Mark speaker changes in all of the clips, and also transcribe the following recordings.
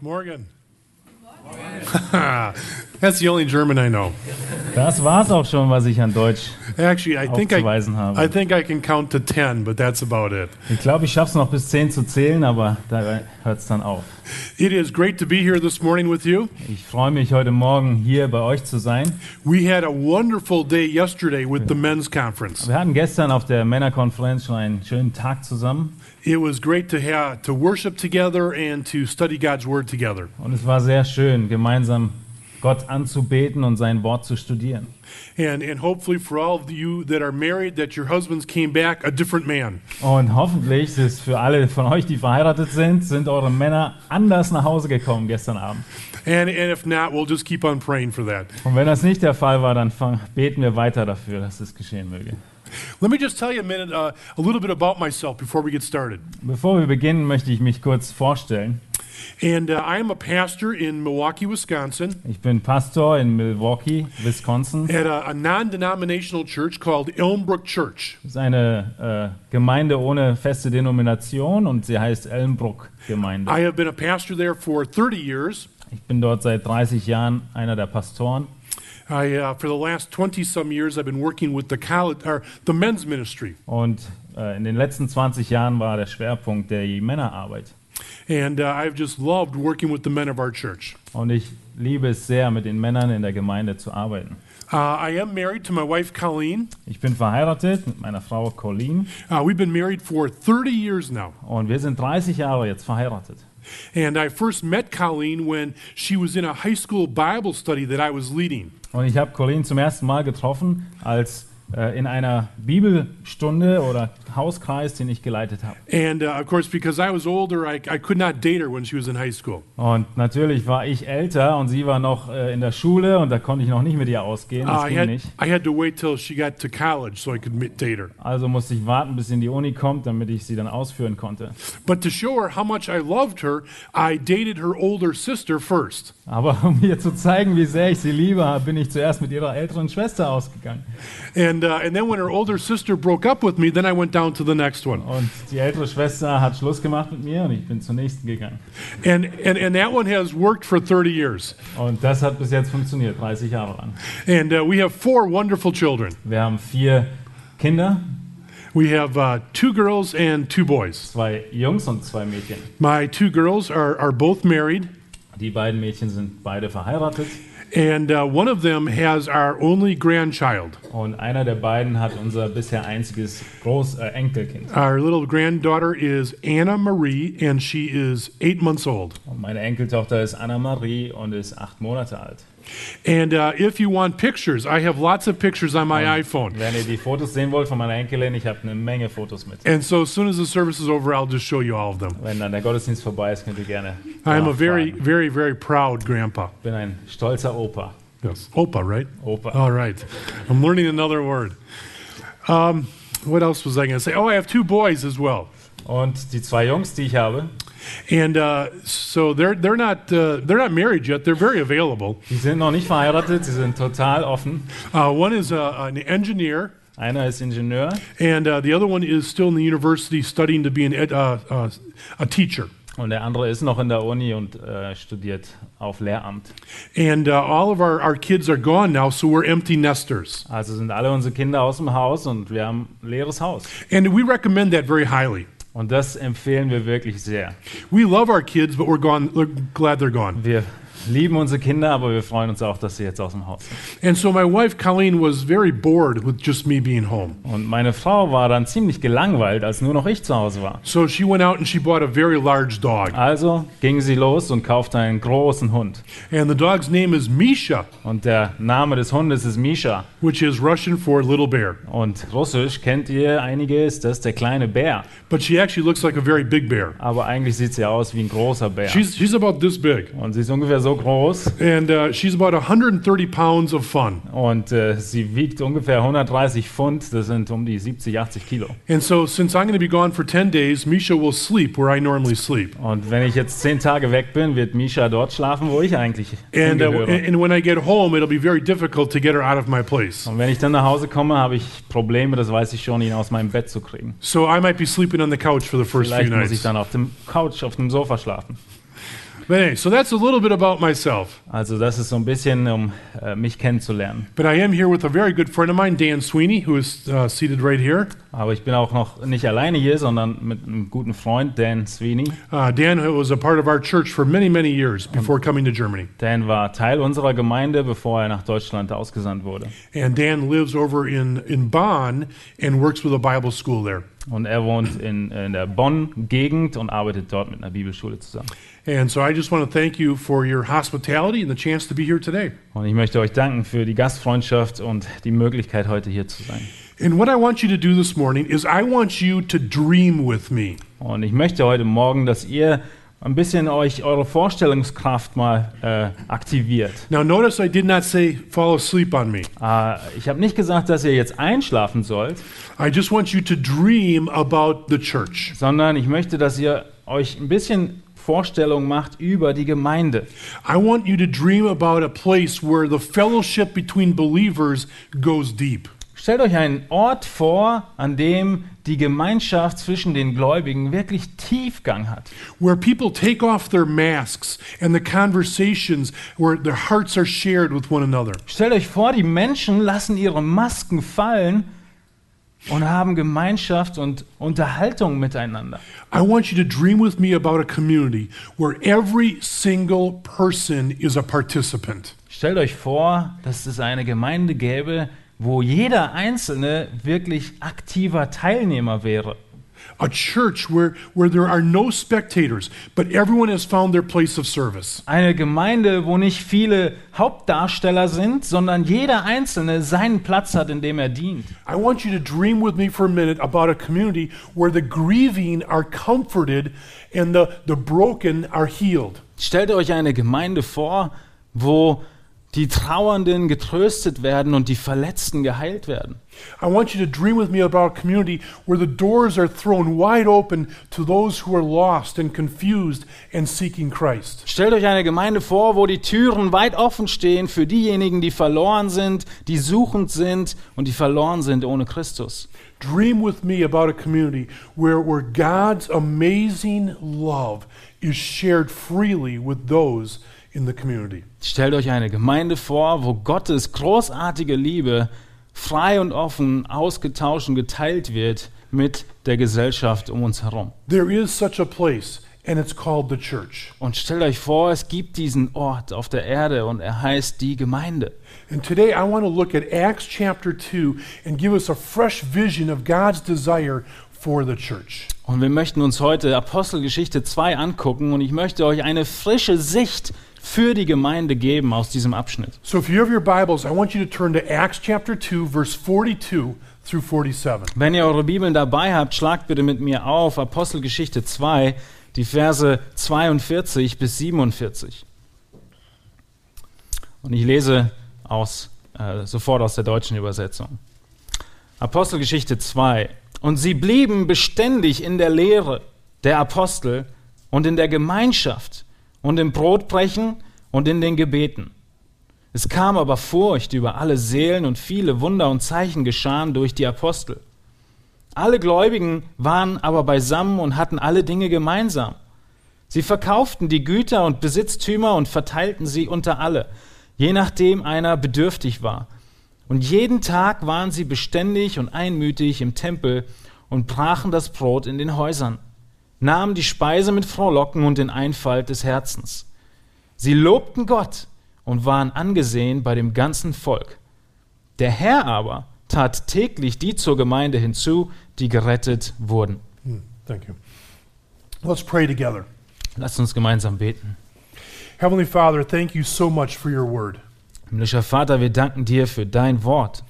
Speaker 1: Morgen. That's the only German I know.
Speaker 2: Das war's auch schon, was ich an Deutsch.
Speaker 1: Actually, I think I,
Speaker 2: Aufzuweisen habe.
Speaker 1: I think I can count to ten, but that's about it.
Speaker 2: Ich glaube, ich schaff's noch bis 10 zu zählen, aber da hört's dann auf.
Speaker 1: It is great to be here this morning with you.
Speaker 2: Ich freue mich heute Morgen hier bei euch zu sein.
Speaker 1: We had a wonderful day yesterday with the men's conference.
Speaker 2: Wir hatten gestern auf der Männerkonferenz schon einen schönen Tag zusammen
Speaker 1: It was great to have to worship together and to study God's word together.
Speaker 2: und es war sehr schön, gemeinsam Gott anzubeten und sein Wort zu studieren.
Speaker 1: And and hopefully for all of you that are married that your husbands came back a different man.
Speaker 2: Und hoffentlich ist für alle von euch, die verheiratet sind, sind eure Männer anders nach Hause gekommen gestern Abend.
Speaker 1: And and if not, we'll just keep on praying for that.
Speaker 2: Und wenn das nicht der Fall war, dann fang- beten wir weiter dafür, dass es geschehen möge.
Speaker 1: Let me just tell you a minute uh, a little bit about myself before we get started.
Speaker 2: Bevor wir beginnen, möchte ich mich kurz vorstellen.
Speaker 1: And uh, I am a pastor in Milwaukee, Wisconsin,
Speaker 2: Ich bin Pastor in Milwaukee, Wisconsin.
Speaker 1: at a, a non-denominational church called Elmbrook Church.
Speaker 2: Das ist eine äh, Gemeinde ohne feste Denomination und sie heißt Ellenbruck-Gemeinde.
Speaker 1: I have been a pastor there for 30 years.
Speaker 2: Ich bin dort seit 30 Jahren einer der Pastoren.
Speaker 1: I, uh, for the last 20 some years, I've been working with the college or the men's ministry,
Speaker 2: Und äh, in den letzten 20 Jahren war der Schwerpunkt der Männerarbeit.
Speaker 1: and uh, I've just loved working with the men of our church.
Speaker 2: Und ich liebe es sehr, mit den Männern in der Gemeinde zu arbeiten.
Speaker 1: Uh, I am married to my wife Colleen.
Speaker 2: Ich bin verheiratet mit meiner Frau Colleen
Speaker 1: Uh, we've been married for 30 years now,
Speaker 2: und wir sind 30 Jahre jetzt verheiratet.
Speaker 1: and I first met Colleen when she was in a high school Bible study that I was leading.
Speaker 2: Und ich habe Colleen zum ersten Mal getroffen, als äh, in einer Bibelstunde oder Hauskreis, den ich geleitet habe.
Speaker 1: And uh, of course, because I was older, I, I could not date her when she was in high school.
Speaker 2: Und natürlich war ich älter und sie war noch äh, in der Schule und da konnte ich noch nicht mit ihr ausgehen. Das
Speaker 1: Uh, I,
Speaker 2: ging
Speaker 1: had,
Speaker 2: nicht.
Speaker 1: I had to wait till she got to college so I could meet, date her.
Speaker 2: Also musste ich warten, bis sie in die Uni kommt, damit ich sie dann ausführen konnte.
Speaker 1: But to show her how much I loved her, I dated her older sister first.
Speaker 2: Aber um ihr zu zeigen, wie sehr ich sie liebe, hab- bin ich zuerst mit ihrer älteren Schwester ausgegangen.
Speaker 1: And, uh, and then when her older sister broke up with me, then I went down to the next one.
Speaker 2: Und die ältere Schwester hat Schluss gemacht mit mir und ich bin zur nächsten gegangen.
Speaker 1: And, and, and that one has worked for 30 years.
Speaker 2: Und das hat bis jetzt funktioniert, 30 Jahre lang.
Speaker 1: And uh, we have four wonderful children.
Speaker 2: Wir haben vier Kinder,
Speaker 1: We have uh, two girls and two boys.
Speaker 2: zwei Jungs und zwei Mädchen.
Speaker 1: My two girls are, are both married,
Speaker 2: Die beiden Mädchen sind beide verheiratet
Speaker 1: and uh, one of them has our only grandchild.
Speaker 2: und einer der beiden hat unser bisher einziges Groß äh, Enkelkind.
Speaker 1: Our little granddaughter is Anna Marie, and she is eight months old.
Speaker 2: Und meine Enkeltochter ist Anna Marie und ist acht Monate alt.
Speaker 1: And uh, if you want pictures, I have lots of pictures on my iPhone.
Speaker 2: Wenn ihr die Fotos sehen wollt von meiner Enkelin, ich habe eine Menge Fotos mit.
Speaker 1: And so as soon as the service is over, I'll just show you all of them.
Speaker 2: Wenn dann der Gottesdienst vorbei ist, könnt ihr gerne.
Speaker 1: I
Speaker 2: Oh,
Speaker 1: am a very,
Speaker 2: nachfragen.
Speaker 1: very, very proud grandpa.
Speaker 2: Ich bin ein stolzer Opa.
Speaker 1: Yes. Opa, right?
Speaker 2: Opa.
Speaker 1: All right. I'm learning another word. Um, what else was I going to say? Oh, I have two boys as well.
Speaker 2: Und die zwei Jungs, die ich habe,
Speaker 1: And uh, so they're, they're, not, uh, they're not married yet. They're very available.
Speaker 2: die sind noch nicht verheiratet, sie sind total offen.
Speaker 1: Uh, one is uh, an engineer,
Speaker 2: Einer ist Ingenieur
Speaker 1: and uh, the other one is still in the university studying to be an ed- uh, uh, a teacher.
Speaker 2: und der andere ist noch in der Uni und äh, studiert auf Lehramt.
Speaker 1: And uh, all of our, our kids are gone now, so we're empty nesters.
Speaker 2: Also sind alle unsere Kinder aus dem Haus und wir haben ein leeres Haus.
Speaker 1: And we recommend that very highly.
Speaker 2: Und das empfehlen wir wirklich sehr.
Speaker 1: We love our kids, but we're gone. We're glad they're gone.
Speaker 2: Wir lieben unsere Kinder, aber wir freuen uns auch, dass sie jetzt aus dem Haus sind.
Speaker 1: And so my wife Colleen was very bored with just me being home.
Speaker 2: Und meine Frau war dann ziemlich gelangweilt, als nur noch ich zu Hause war.
Speaker 1: So she went out and she bought a very large dog.
Speaker 2: Also ging sie los und kaufte einen großen Hund.
Speaker 1: And the dog's name is Misha,
Speaker 2: Und der Name des Hundes ist Misha.
Speaker 1: which is Russian for little bear.
Speaker 2: Und russisch kennt ihr einige, ist das der kleine Bär.
Speaker 1: But she actually looks like a very big bear.
Speaker 2: Aber eigentlich sieht sie aus wie ein großer Bär.
Speaker 1: She's, she's about this big,
Speaker 2: Und sie ist ungefähr so groß
Speaker 1: and uh, she's about 130 pounds of fun.
Speaker 2: und äh, sie wiegt ungefähr 130 Pfund. Das sind um die 70, 80 Kilo.
Speaker 1: And so, since I'm going to be gone for 10 days, Misha will sleep where I normally sleep.
Speaker 2: Und wenn ich jetzt zehn Tage weg bin, wird Misha dort schlafen, wo ich eigentlich
Speaker 1: And, uh,
Speaker 2: hingehöre.
Speaker 1: and and when I get home, it'll be very difficult to get her out of my place.
Speaker 2: Und wenn ich dann nach Hause komme, habe ich Probleme, das weiß ich schon, ihn aus meinem Bett zu kriegen.
Speaker 1: So I might be sleeping on the couch for the first few
Speaker 2: Vielleicht muss ich
Speaker 1: nights.
Speaker 2: dann auf dem Couch, auf dem Sofa schlafen.
Speaker 1: But anyway, so that's a little bit about myself.
Speaker 2: Also das ist so ein bisschen, um äh, mich kennenzulernen.
Speaker 1: But I am here with a very good friend of mine, Dan Sweeney, who is uh, seated right here.
Speaker 2: Aber ich bin auch noch nicht alleine hier, sondern mit einem guten Freund, Dan Sweeney.
Speaker 1: Uh, Dan who was a part of our church for many, many years before coming to Germany.
Speaker 2: Dan war Teil unserer Gemeinde, bevor er nach Deutschland ausgesandt wurde.
Speaker 1: And Dan lives over in, in Bonn and works with a Bible school there.
Speaker 2: Und er wohnt in, in der Bonn-Gegend und arbeitet dort mit einer Bibelschule zusammen.
Speaker 1: And so I just want to thank you for your hospitality and the chance to be here today.
Speaker 2: Und ich möchte euch danken für die Gastfreundschaft und die Möglichkeit, heute hier zu sein.
Speaker 1: And what I want you to do this morning is I want you to dream with me.
Speaker 2: Und ich möchte heute Morgen, dass ihr ein bisschen euch eure Vorstellungskraft mal äh, aktiviert.
Speaker 1: Now, notice I did not say fall asleep on me.
Speaker 2: Äh, ich habe nicht gesagt, dass ihr jetzt einschlafen sollt,
Speaker 1: I just want you to dream about the church.
Speaker 2: sondern ich möchte, dass ihr euch ein bisschen Vorstellung macht über die Gemeinde.
Speaker 1: I want you to dream about a place where the fellowship between believers goes deep.
Speaker 2: Stellt euch einen Ort vor, an dem die Gemeinschaft zwischen den Gläubigen wirklich Tiefgang hat.
Speaker 1: where people take off their masks and the conversations where their hearts are shared with one another.
Speaker 2: Stellt euch vor, die Menschen lassen ihre Masken fallen und haben Gemeinschaft und Unterhaltung miteinander.
Speaker 1: I want you to dream with me about a community where every single person is a participant.
Speaker 2: Stellt euch vor, dass es eine Gemeinde gäbe, wo jeder Einzelne wirklich aktiver Teilnehmer wäre.
Speaker 1: A church where, where there are no spectators, but everyone has found their place of service.
Speaker 2: Eine Gemeinde, wo nicht viele Hauptdarsteller sind, sondern jeder Einzelne seinen Platz hat, in dem er dient.
Speaker 1: I want you to dream with me for a minute about a community where the grieving are comforted and the, the broken are healed.
Speaker 2: Stellt euch eine Gemeinde vor, wo die Trauernden getröstet werden und die Verletzten geheilt werden.
Speaker 1: I want you to dream with me about a community where the doors are thrown wide open to those who are lost and confused and seeking Christ.
Speaker 2: Stellt euch eine Gemeinde vor, wo die Türen weit offen stehen für diejenigen, die verloren sind, die suchend sind und die verloren sind ohne Christus.
Speaker 1: Dream with me about a community where, where God's amazing love is shared freely with those in the community.
Speaker 2: Stellt euch eine Gemeinde vor, wo Gottes großartige Liebe frei und offen ausgetauscht und geteilt wird mit der Gesellschaft um uns herum.
Speaker 1: There is such a place, and it's called the church.
Speaker 2: Und stellt euch vor, es gibt diesen Ort auf der Erde und er heißt die Gemeinde.
Speaker 1: And today I want to look at Acts chapter 2 and give us a fresh vision of God's desire for the church.
Speaker 2: Und wir möchten uns heute Apostelgeschichte 2 angucken und ich möchte euch eine frische Sicht für die Gemeinde geben aus diesem Abschnitt.
Speaker 1: So if you have your Bibles, I want you to turn to Acts chapter 2, verse 42 through 47.
Speaker 2: Wenn ihr eure Bibeln dabei habt, schlagt bitte mit mir auf Apostelgeschichte 2, die Verse 42 bis 47. Und ich lese aus, äh, sofort aus der deutschen Übersetzung. Apostelgeschichte 2. Und sie blieben beständig in der Lehre der Apostel und in der Gemeinschaft und im Brotbrechen und in den Gebeten. Es kam aber Furcht über alle Seelen und viele Wunder und Zeichen geschahen durch die Apostel. Alle Gläubigen waren aber beisammen und hatten alle Dinge gemeinsam. Sie verkauften die Güter und Besitztümer und verteilten sie unter alle, je nachdem einer bedürftig war. Und jeden Tag waren sie beständig und einmütig im Tempel und brachen das Brot in den Häusern, nahmen die Speise mit Frohlocken und in Einfalt des Herzens. Sie lobten Gott und waren angesehen bei dem ganzen Volk. Der Herr aber tat täglich die zur Gemeinde hinzu, die gerettet wurden.
Speaker 1: Hmm, thank you. Let's pray together.
Speaker 2: Lasst uns gemeinsam beten.
Speaker 1: Heavenly Father, thank you so much for your word.
Speaker 2: Himmlischer Vater, wir danken dir für dein Wort.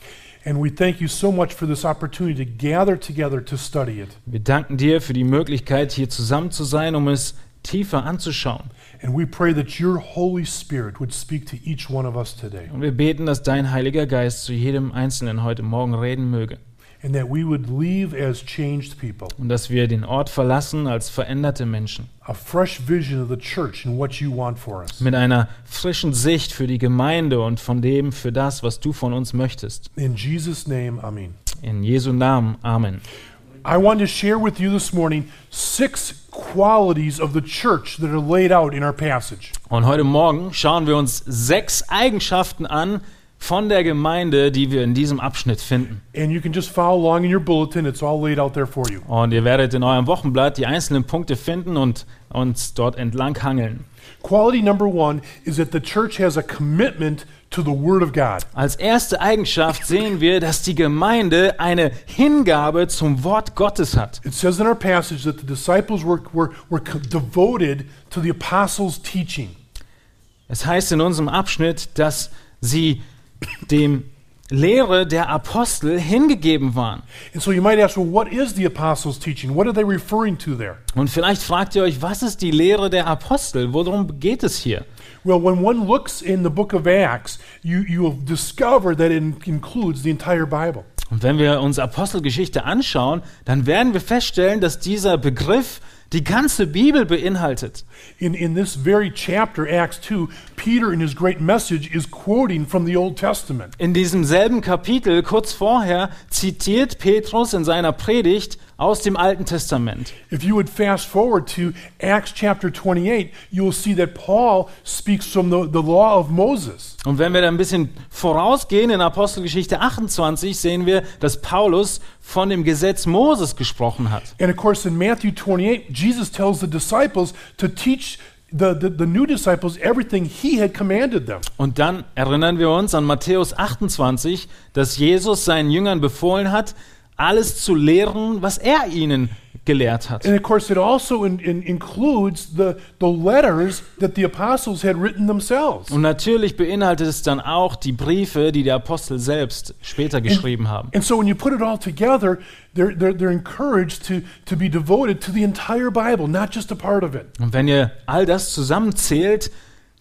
Speaker 1: And we thank you so much for this opportunity to gather together to study it.
Speaker 2: Wir danken dir für die Möglichkeit, hier zusammen zu sein, um es tiefer anzuschauen.
Speaker 1: And we pray that your Holy Spirit would speak to each one of us today
Speaker 2: Und wir beten, dass dein Heiliger Geist zu jedem Einzelnen heute Morgen reden möge.
Speaker 1: and that we would leave as changed people,
Speaker 2: Und dass wir den Ort verlassen als veränderte Menschen.
Speaker 1: a fresh vision of the church and what you want for us.
Speaker 2: Mit einer frischen Sicht für die Gemeinde und von dem für das, was du von uns möchtest.
Speaker 1: In Jesus' name, Amen.
Speaker 2: In Jesu Namen. Amen.
Speaker 1: I want to share with you this morning six qualities of the church that are laid out in our passage.
Speaker 2: Und heute Morgen schauen wir uns sechs Eigenschaften an von der Gemeinde, die wir in diesem Abschnitt finden.
Speaker 1: And you can just follow along in your bulletin, it's all laid out there for you.
Speaker 2: Und ihr werdet in eurem Wochenblatt die einzelnen Punkte finden und uns dort entlang hangeln.
Speaker 1: Quality number one is that the church has a commitment to the Word of God.
Speaker 2: Als erste Eigenschaft sehen wir, dass die Gemeinde eine Hingabe zum Wort Gottes hat.
Speaker 1: It says in our passage that the disciples were, were, were co- devoted to the apostles' teaching.
Speaker 2: Es heißt in unserem Abschnitt, dass sie dem Lehre der Apostel hingegeben waren.
Speaker 1: And so you might ask, well, what is the apostles' teaching? What are they referring to there?
Speaker 2: Und vielleicht fragt ihr euch, was ist die Lehre der Apostel? Worum geht es hier?
Speaker 1: Well, when one looks in the book of Acts, you, you will discover that it includes the entire Bible.
Speaker 2: Und wenn wir uns Apostelgeschichte anschauen, dann werden wir feststellen, dass dieser Begriff die ganze Bibel beinhaltet.
Speaker 1: In, in this very chapter, Acts 2, Peter, in his great message, is quoting from the Old Testament.
Speaker 2: In diesem selben Kapitel, kurz vorher, zitiert Petrus in seiner Predigt aus dem Alten Testament.
Speaker 1: If you would fast forward to Acts chapter 28, you'll see that Paul speaks from the, the law of Moses.
Speaker 2: Und wenn wir da ein bisschen vorausgehen, in Apostelgeschichte 28 sehen wir, dass Paulus von dem Gesetz Moses gesprochen hat.
Speaker 1: And of course, in Matthew 28, Jesus tells the disciples to teach the, the, the new disciples everything he had commanded them.
Speaker 2: Und dann erinnern wir uns an Matthäus 28, dass Jesus seinen Jüngern befohlen hat, alles zu lehren, was er ihnen gelehrt hat.
Speaker 1: And of course, it also in, in includes the, the letters that the apostles had written themselves.
Speaker 2: Und natürlich beinhaltet es dann auch die Briefe, die der Apostel selbst später geschrieben haben.
Speaker 1: And so when you put it all together, they're, they're, they're encouraged to, to be devoted to the entire Bible, not just a part of it.
Speaker 2: Und wenn ihr all das zusammenzählt,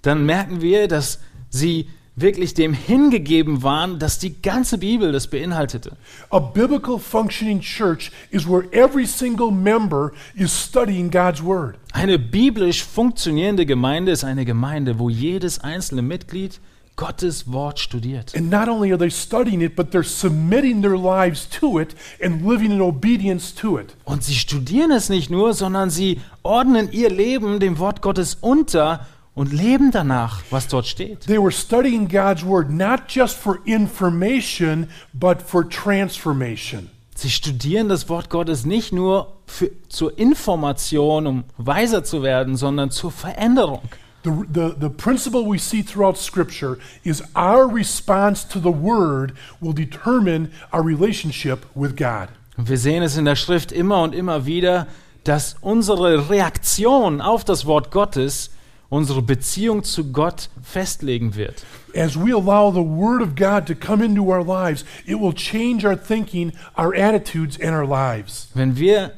Speaker 2: dann merken wir, dass sie wirklich dem hingegeben waren, dass die ganze Bibel das beinhaltete.
Speaker 1: A biblical functioning church is where every single member is studying God's Word.
Speaker 2: Eine biblisch funktionierende Gemeinde ist eine Gemeinde, wo jedes einzelne Mitglied Gottes Wort studiert.
Speaker 1: And not only are they studying it, but they're submitting their lives to it and living in obedience to it.
Speaker 2: Und sie studieren es nicht nur, sondern sie ordnen ihr Leben dem Wort Gottes unter und leben danach, was dort steht.
Speaker 1: They were studying God's Word not just for information, but for transformation.
Speaker 2: Sie studieren das Wort Gottes nicht nur für, zur Information, um weiser zu werden, sondern zur Veränderung.
Speaker 1: The, the, the principle we see throughout Scripture is our response to the Word will determine our relationship with God.
Speaker 2: Und wir sehen es in der Schrift immer und immer wieder, dass unsere Reaktion auf das Wort Gottes unsere Beziehung zu Gott festlegen wird.
Speaker 1: As we allow the Word of God to come into our lives, it will change our thinking, our attitudes, and our lives.
Speaker 2: Wenn wir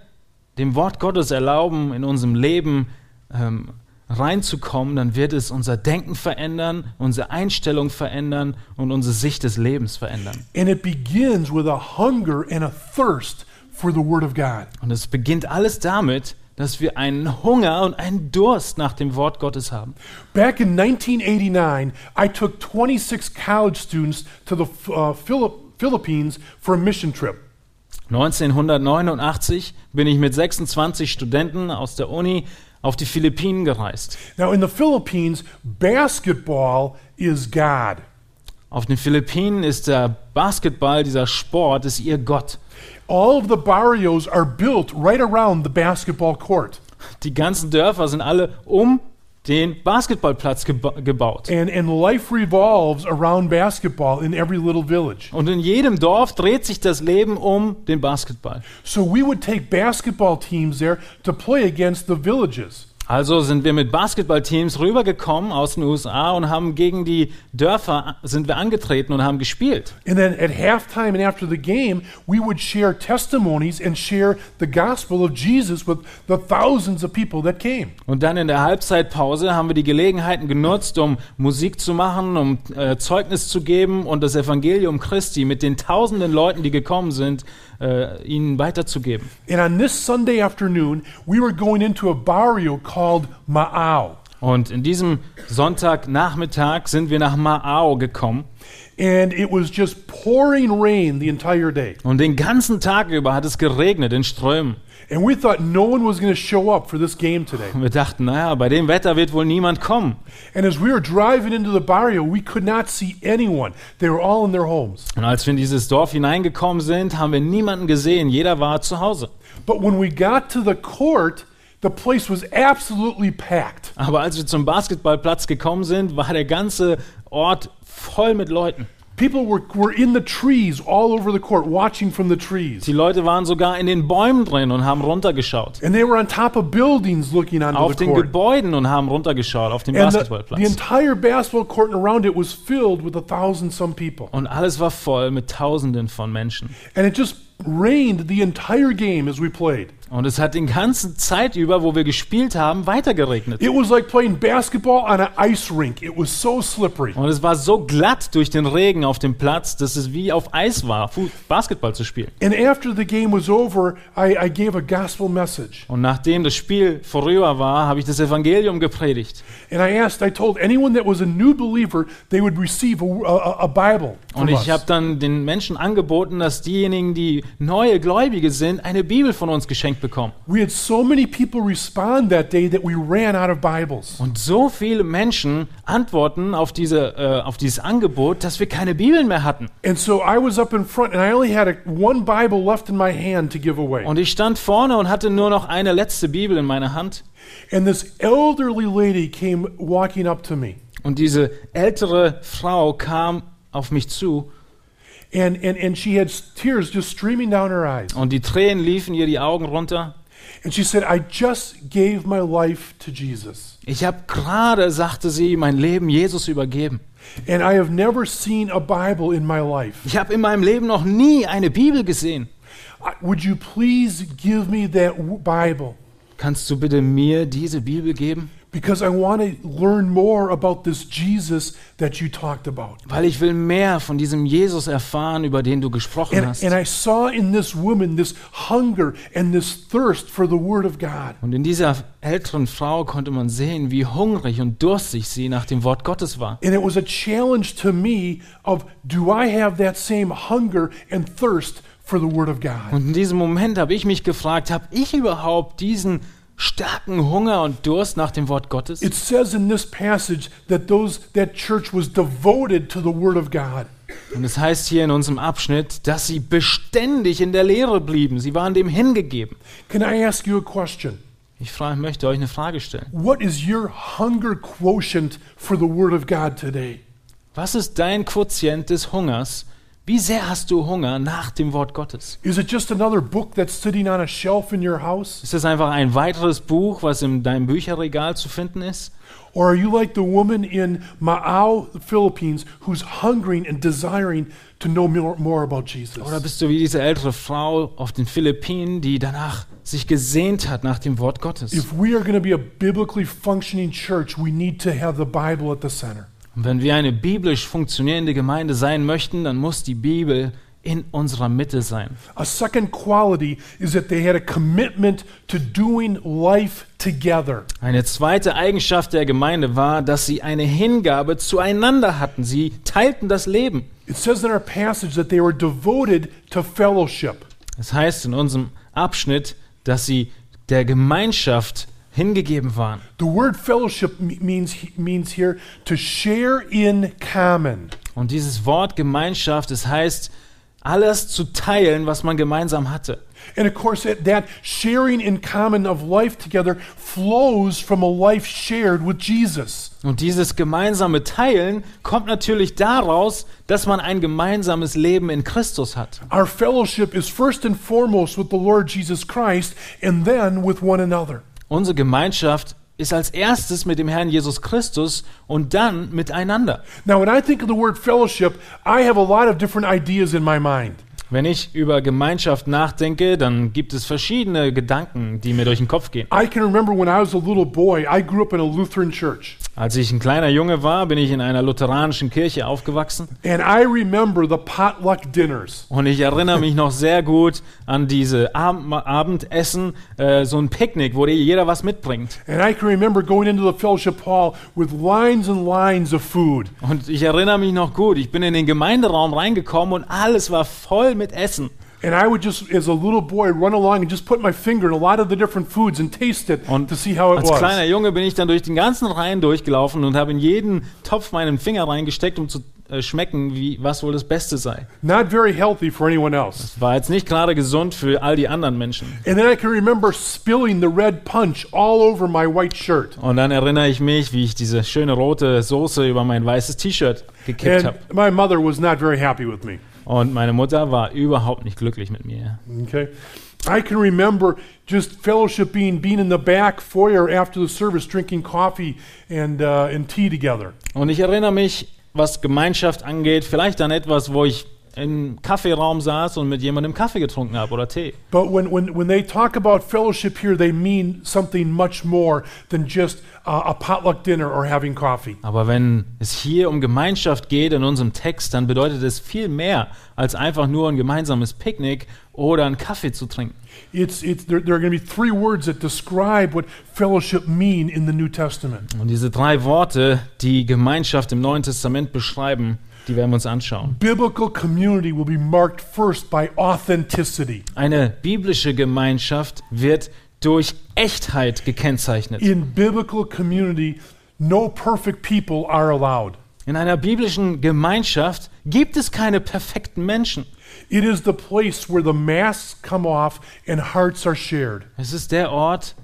Speaker 2: dem Wort Gottes erlauben, in unserem Leben ähm, reinzukommen, dann wird es unser Denken verändern, unsere Einstellung verändern und unsere Sicht des Lebens verändern.
Speaker 1: And it begins with a hunger and a thirst for the Word of God.
Speaker 2: Und es beginnt alles damit, dass wir einen Hunger und einen Durst nach dem Wort Gottes haben.
Speaker 1: Back in 1989, I took 26 college students to the uh, Philip- Philippines for a mission trip.
Speaker 2: 1989 bin ich mit 26 Studenten aus der Uni auf die Philippinen gereist.
Speaker 1: Now, in the Philippines, basketball is God.
Speaker 2: Auf den Philippinen ist der Basketball, dieser Sport, ist ihr Gott.
Speaker 1: All of the barrios are built right around the basketball court.
Speaker 2: Die ganzen Dörfer sind alle um den Basketballplatz geba gebaut.
Speaker 1: And, and life revolves around basketball in every little village.
Speaker 2: Und in jedem Dorf dreht sich das Leben um den Basketball.
Speaker 1: So we would take basketball teams there to play against the villages.
Speaker 2: Also sind wir mit Basketballteams rübergekommen aus den USA und haben gegen die Dörfer sind wir angetreten und haben gespielt.
Speaker 1: And then at halftime and after the game, we would share testimonies and share the gospel of Jesus with the thousands of people that came.
Speaker 2: Und dann in der Halbzeitpause haben wir die Gelegenheiten genutzt, um Musik zu machen, um äh, Zeugnis zu geben und das Evangelium Christi mit den tausenden Leuten, die gekommen sind, äh, ihnen weiterzugeben.
Speaker 1: And on this Sunday afternoon, we were going into a barrio called Ma'au.
Speaker 2: Und in diesem Sonntagnachmittag sind wir nach Ma'ao gekommen.
Speaker 1: And it was just pouring rain the entire day.
Speaker 2: Und den ganzen Tag über hat es geregnet in Strömen.
Speaker 1: And we thought no one was going to show up for this game today.
Speaker 2: Und wir dachten, naja, bei dem Wetter wird wohl niemand kommen.
Speaker 1: And as we were driving into the barrio, we could not see anyone. They were all in their homes.
Speaker 2: Und als wir in dieses Dorf hineingekommen sind, haben wir niemanden gesehen. Jeder war zu Hause.
Speaker 1: But when we got to the court, the place was absolutely packed.
Speaker 2: Aber als wir zum Basketballplatz gekommen sind, war der ganze Ort voll mit Leuten.
Speaker 1: People were, were in the trees all over the court, watching from the trees.
Speaker 2: Die Leute waren sogar in den Bäumen drin und haben runtergeschaut.
Speaker 1: And they were on top of buildings looking onto
Speaker 2: Auf
Speaker 1: the
Speaker 2: den
Speaker 1: court.
Speaker 2: Gebäuden und haben runtergeschaut, auf den
Speaker 1: and the, the
Speaker 2: Basketballplatz.
Speaker 1: entire basketball court and around it was filled with a thousand some people.
Speaker 2: Und alles war voll mit Tausenden von Menschen.
Speaker 1: And it just rained the entire game as we played.
Speaker 2: Und es hat den ganzen Zeit über, wo wir gespielt haben, weitergeregnet.
Speaker 1: It was like playing basketball on an ice rink. It was so slippery.
Speaker 2: Und es war so glatt durch den Regen auf dem Platz, dass es wie auf Eis war, Fu- Basketball zu spielen.
Speaker 1: And after the game was over, I, I gave a gospel message.
Speaker 2: Und nachdem das Spiel vorüber war, habe ich das Evangelium gepredigt.
Speaker 1: And I asked, I told anyone that was a new believer, they would receive a, a- a Bible. From
Speaker 2: Und ich habe
Speaker 1: us.
Speaker 2: dann den Menschen angeboten, dass diejenigen, die neue Gläubige sind, eine Bibel von uns geschenkt bekommen.
Speaker 1: We had so many people respond that day that we ran out of Bibles.
Speaker 2: Und so viele Menschen antworten auf, diese, äh, auf dieses Angebot, dass wir keine Bibeln mehr hatten.
Speaker 1: And so I was up in front, and I only had a, one Bible left in my hand to give away.
Speaker 2: Und ich stand vorne und hatte nur noch eine letzte Bibel in meiner Hand.
Speaker 1: And this elderly lady came walking up to me.
Speaker 2: Und diese ältere Frau kam auf mich zu
Speaker 1: And, and, and she had s- tears just streaming down her eyes.
Speaker 2: und die Tränen liefen ihr die Augen runter.
Speaker 1: And she said, I just gave my life to Jesus.
Speaker 2: Ich habe gerade, sagte sie, mein Leben Jesus übergeben.
Speaker 1: And I have never seen a Bible in my life.
Speaker 2: Ich habe in meinem Leben noch nie eine Bibel gesehen.
Speaker 1: I- Would you please give me that w- Bible?
Speaker 2: Kannst du bitte mir diese Bibel geben?
Speaker 1: Because I want to learn more about this Jesus that you talked about.
Speaker 2: Weil ich will mehr von diesem Jesus erfahren, über den du gesprochen
Speaker 1: And,
Speaker 2: hast.
Speaker 1: and I saw in this woman this hunger and this thirst for the Word of God.
Speaker 2: Und in dieser älteren Frau konnte man sehen, wie hungrig und durstig sie nach dem Wort Gottes war.
Speaker 1: And it was a challenge to me of do I have that same hunger and thirst for the word of God?
Speaker 2: Und in diesem Moment habe ich mich gefragt, habe ich überhaupt diesen starken Hunger und Durst nach dem Wort Gottes?
Speaker 1: It says in this passage that those that church was devoted to the word of God.
Speaker 2: Und es heißt hier in unserem Abschnitt, dass sie beständig in der Lehre blieben. Sie waren dem hingegeben.
Speaker 1: Can I ask you a question?
Speaker 2: Ich frage, möchte euch eine Frage stellen.
Speaker 1: What is your hunger quotient for the word of God today?
Speaker 2: Was ist dein Quotient des Hungers? Wie sehr hast du Hunger nach dem Wort Gottes?
Speaker 1: Is it just another book that's sitting on a shelf in your house?
Speaker 2: Ist das einfach ein weiteres Buch, was in deinem Bücherregal zu finden ist?
Speaker 1: Or are you like the woman in Ma'au, the Philippines, who's hungering and desiring to know more, more about Jesus?
Speaker 2: Oder bist du wie diese ältere Frau auf den Philippinen, die danach sich gesehnt hat nach dem Wort Gottes?
Speaker 1: If we are going to be a biblically functioning church, we need to have the Bible at the center.
Speaker 2: Und wenn wir eine biblisch funktionierende Gemeinde sein möchten, dann muss die Bibel in unserer Mitte sein.
Speaker 1: A second quality is that they had a commitment to doing life together.
Speaker 2: Eine zweite Eigenschaft der Gemeinde war, dass sie eine Hingabe zueinander hatten. Sie teilten das Leben.
Speaker 1: It says in our passage that they were devoted to fellowship.
Speaker 2: Das heißt in unserem Abschnitt, dass sie der Gemeinschaft hingegeben waren.
Speaker 1: The word fellowship me- means means here to share in common.
Speaker 2: Und dieses Wort Gemeinschaft, es heißt, alles zu teilen, was man gemeinsam hatte.
Speaker 1: And of course that, that sharing in common of life together flows from a life shared with Jesus.
Speaker 2: Und dieses gemeinsame Teilen kommt natürlich daraus, dass man ein gemeinsames Leben in Christus hat.
Speaker 1: Our fellowship is first and foremost with the Lord Jesus Christ and then with one another.
Speaker 2: Unsere Gemeinschaft ist als erstes mit dem Herrn Jesus Christus und dann miteinander.
Speaker 1: Now, when I think of the word fellowship, I have a lot of different ideas in my mind.
Speaker 2: Wenn ich über Gemeinschaft nachdenke, dann gibt es verschiedene Gedanken, die mir durch den Kopf gehen.
Speaker 1: I can remember when I was a little boy, I grew up in a Lutheran church.
Speaker 2: Als ich ein kleiner Junge war, bin ich in einer lutheranischen Kirche aufgewachsen
Speaker 1: And I remember the potluck dinners.
Speaker 2: und ich erinnere mich noch sehr gut an diese Ab Abendessen, äh, so ein Picknick, wo dir jeder was mitbringt.
Speaker 1: And I can remember going into the fellowship hall with lines and lines of food.
Speaker 2: Und ich erinnere mich noch gut, ich bin in den Gemeinderaum reingekommen und alles war voll mit Essen.
Speaker 1: And I would just, as a little boy, run along and just put my finger in a lot of the different foods and taste it
Speaker 2: Und
Speaker 1: to see how it
Speaker 2: Als
Speaker 1: was.
Speaker 2: kleiner Junge bin ich dann durch den ganzen Reihen durchgelaufen und habe in jeden Topf meinen Finger reingesteckt, um zu äh, schmecken, wie, was wohl das Beste sei.
Speaker 1: Not very healthy for anyone else.
Speaker 2: War jetzt nicht gerade gesund für all die anderen Menschen.
Speaker 1: And then I can remember spilling the red punch all over my white shirt.
Speaker 2: Und dann erinnere ich mich, wie ich diese schöne rote Soße über mein weißes T-Shirt
Speaker 1: And
Speaker 2: gekippt habe.
Speaker 1: my mother was not very happy with me.
Speaker 2: Und meine Mutter war überhaupt nicht glücklich mit mir.
Speaker 1: Okay. I can remember just fellowship being being in the back foyer after the service, drinking coffee and uh, and tea together.
Speaker 2: Und ich erinnere mich, was Gemeinschaft angeht, vielleicht an etwas, wo ich im Kaffeeraum saß und mit jemandem Kaffee getrunken habe oder Tee.
Speaker 1: But when, when, when they talk about fellowship here, they mean something much more than just uh, a potluck dinner or having coffee.
Speaker 2: Aber wenn es hier um Gemeinschaft geht in unserem Text, dann bedeutet es viel mehr als einfach nur ein gemeinsames Picknick oder einen Kaffee zu trinken.
Speaker 1: It's, it's, there, there are going to be three words that describe what fellowship mean in the New Testament.
Speaker 2: Und diese drei Worte, die Gemeinschaft im Neuen Testament beschreiben, die werden wir uns anschauen.
Speaker 1: Biblical community will be marked first by authenticity.
Speaker 2: Eine biblische Gemeinschaft wird durch Echtheit gekennzeichnet.
Speaker 1: In biblical community, no perfect people are allowed.
Speaker 2: In einer biblischen Gemeinschaft gibt es keine perfekten Menschen.
Speaker 1: It is the place where the masks come off and hearts are shared.
Speaker 2: Es ist der Ort,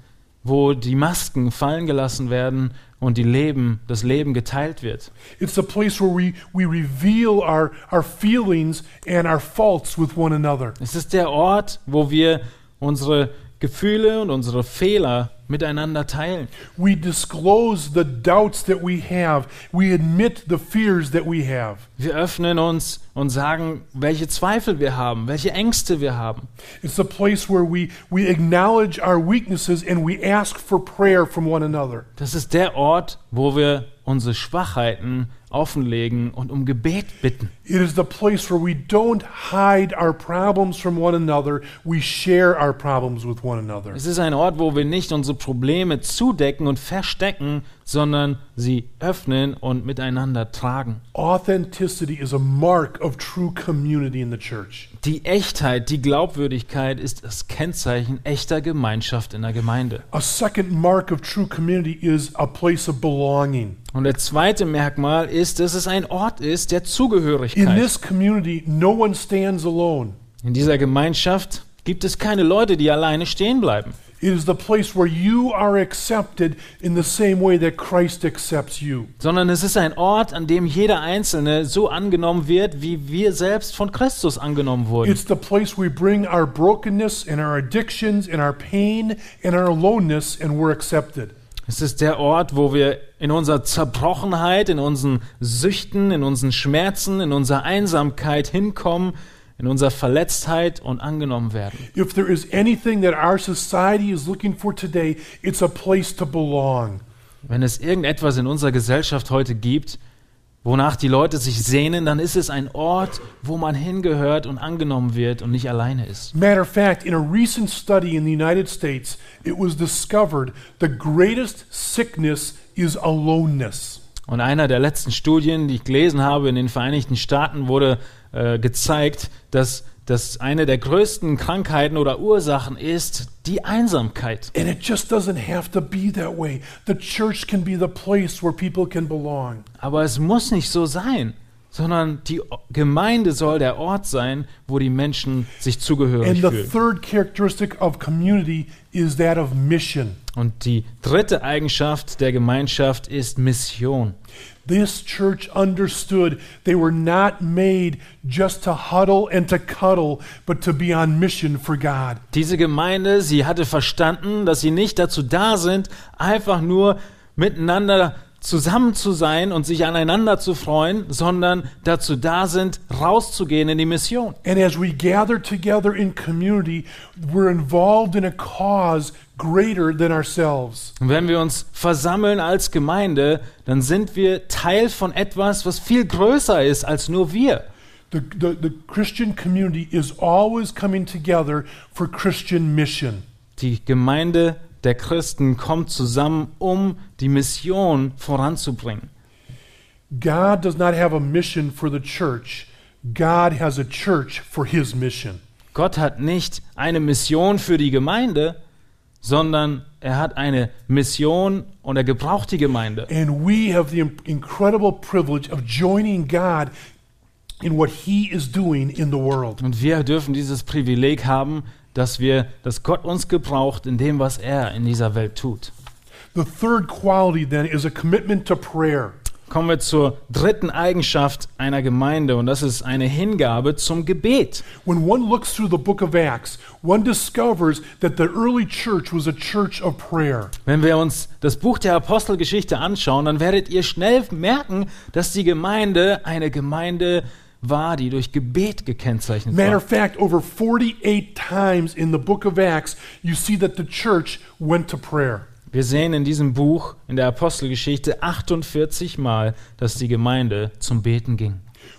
Speaker 2: wo die Masken fallen gelassen werden und die Leben, das Leben geteilt wird.
Speaker 1: It's the place where we, we reveal our, our feelings and our faults with one another.
Speaker 2: Es ist der Ort, wo wir unsere Gefühle und unsere Fehler miteinander teilen.
Speaker 1: We disclose the doubts that we have. We admit the fears that we have.
Speaker 2: Wir öffnen uns und sagen, welche Zweifel wir haben, welche Ängste wir haben.
Speaker 1: It's the place where we, we acknowledge our weaknesses and we ask for prayer from one another.
Speaker 2: Das ist der Ort, wo wir unsere Schwachheiten offenlegen und um Gebet bitten.
Speaker 1: It is the place where we don't hide our problems from one another. We share our problems with one another.
Speaker 2: Es ist ein Ort, wo wir nicht unsere Probleme zudecken und verstecken, sondern sie öffnen und miteinander tragen.
Speaker 1: Authenticity is a mark of true community in the church.
Speaker 2: Die Echtheit, die Glaubwürdigkeit ist das Kennzeichen echter Gemeinschaft in der Gemeinde.
Speaker 1: A second mark of true community is a place of belonging.
Speaker 2: Und der zweite Merkmal ist, dass es ein Ort ist der
Speaker 1: In
Speaker 2: Zugehörigkeit.
Speaker 1: this community, no one stands alone.
Speaker 2: In dieser Gemeinschaft gibt es keine Leute, die alleine stehen bleiben.
Speaker 1: It is the place where you are accepted in the same way that Christ accepts you.
Speaker 2: sondern es ist ein Ort, an dem jeder Einzelne so angenommen wird, wie wir selbst von Christus angenommen wurden.
Speaker 1: It's the place we bring our brokenness and our addictions and our pain and our aloneness and we're accepted.
Speaker 2: Es ist der Ort, wo wir in unserer Zerbrochenheit, in unseren Süchten, in unseren Schmerzen, in unserer Einsamkeit hinkommen, in unserer Verletztheit und angenommen werden.
Speaker 1: If there is anything that our society is looking for today, it's a place to belong.
Speaker 2: Wenn es irgendetwas in unserer Gesellschaft heute gibt, wonach die Leute sich sehnen, dann ist es ein Ort, wo man hingehört und angenommen wird und nicht alleine ist.
Speaker 1: Matter of fact, in a recent study in the United States, it was discovered the greatest sickness is aloneness.
Speaker 2: Und einer der letzten Studien, die ich gelesen habe in den Vereinigten Staaten, wurde äh, gezeigt, dass das eine der größten Krankheiten oder Ursachen ist die Einsamkeit.
Speaker 1: And it just doesn't have to be that way. The church can be the place where people can belong.
Speaker 2: Aber es muss nicht so sein, sondern die O- Gemeinde soll der Ort sein, wo die Menschen sich zugehörig
Speaker 1: And the
Speaker 2: fühlen.
Speaker 1: third characteristic of community is that of mission.
Speaker 2: Und die dritte Eigenschaft der Gemeinschaft ist Mission.
Speaker 1: This church understood they were not made just to huddle and to cuddle, but to be on mission for God.
Speaker 2: Diese Gemeinde, sie hatte verstanden, dass sie nicht dazu da sind, einfach nur miteinander zusammen zu sein und sich aneinander zu freuen, sondern dazu da sind, rauszugehen in die Mission.
Speaker 1: And as we gather together in community, we're involved in a cause greater than ourselves.
Speaker 2: Und wenn wir uns versammeln als Gemeinde, dann sind wir Teil von etwas, was viel größer ist als nur wir.
Speaker 1: The, the, the Christian community is always coming together for Christian mission.
Speaker 2: Die Gemeinde der Christen kommt zusammen, um die Mission voranzubringen.
Speaker 1: God does not have a mission for the church, God has a church for his mission.
Speaker 2: Gott hat nicht eine Mission für die Gemeinde, sondern er hat eine Mission und er gebraucht die Gemeinde.
Speaker 1: And we have the im- incredible privilege of joining God in what He is doing in the world.
Speaker 2: Und wir dürfen dieses Privileg haben, dass wir, dass Gott uns gebraucht in dem, was er in dieser Welt tut.
Speaker 1: The third quality, then, is a commitment to prayer.
Speaker 2: Kommen wir zur dritten Eigenschaft einer Gemeinde und das ist eine Hingabe zum Gebet.
Speaker 1: When one looks through the book of Acts, one discovers that the early church was a church of prayer.
Speaker 2: Wenn wir uns das Buch der Apostelgeschichte anschauen, dann werdet ihr schnell merken, dass die Gemeinde eine Gemeinde war, die durch Gebet gekennzeichnet
Speaker 1: Matter
Speaker 2: war.
Speaker 1: of fact, over 48 times in the book of Acts, you see that the church went to prayer.
Speaker 2: Wir sehen in diesem Buch, in der Apostelgeschichte, 48 Mal, dass die Gemeinde zum Beten ging.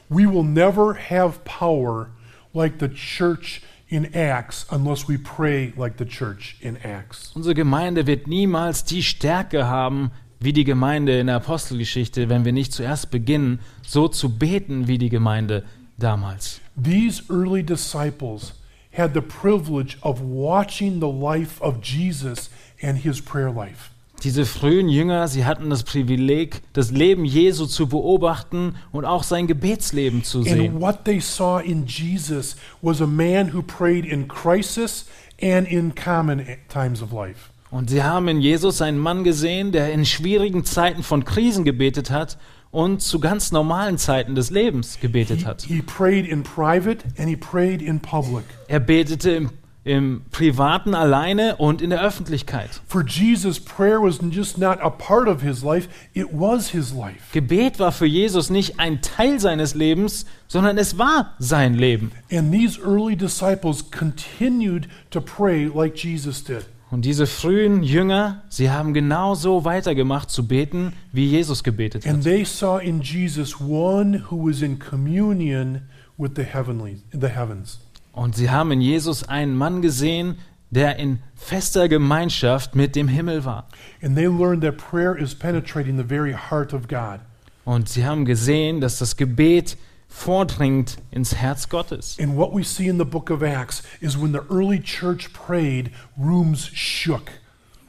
Speaker 1: We will never have power like the church in Acts unless we pray like the church in Acts.
Speaker 2: Unsere Gemeinde wird niemals die Stärke haben, wie die Gemeinde in der Apostelgeschichte, wenn wir nicht zuerst beginnen, so zu beten wie die Gemeinde damals.
Speaker 1: These early disciples had the privilege of watching the life of Jesus and his prayer life.
Speaker 2: Diese frühen Jünger, sie hatten das Privileg, das Leben Jesu zu beobachten und auch sein Gebetsleben zu
Speaker 1: And
Speaker 2: sehen.
Speaker 1: what they saw in Jesus was a man who prayed in crisis and in common times of life.
Speaker 2: Und sie haben in Jesus einen Mann gesehen, der in schwierigen Zeiten von Krisen gebetet hat und zu ganz normalen Zeiten des Lebens gebetet
Speaker 1: He,
Speaker 2: hat.
Speaker 1: he prayed in private and he prayed in public.
Speaker 2: Er betete im, im Privaten alleine und in der Öffentlichkeit.
Speaker 1: For Jesus, prayer was just not a part of his life, it was his life.
Speaker 2: Gebet war für Jesus nicht ein Teil seines Lebens, sondern es war sein Leben.
Speaker 1: And these early disciples continued to pray like Jesus did.
Speaker 2: Und diese frühen Jünger, sie haben genauso weitergemacht zu beten, wie Jesus gebetet hat.
Speaker 1: And they saw in Jesus one who was in communion with the heavenly the heavens.
Speaker 2: Und sie haben in Jesus einen Mann gesehen, der in fester Gemeinschaft mit dem Himmel war.
Speaker 1: And they learned that prayer is penetrating the very heart of God.
Speaker 2: Und sie haben gesehen, dass das Gebet vordringt ins Herz Gottes.
Speaker 1: And what we see in the book of Acts is when the early church prayed, rooms shook.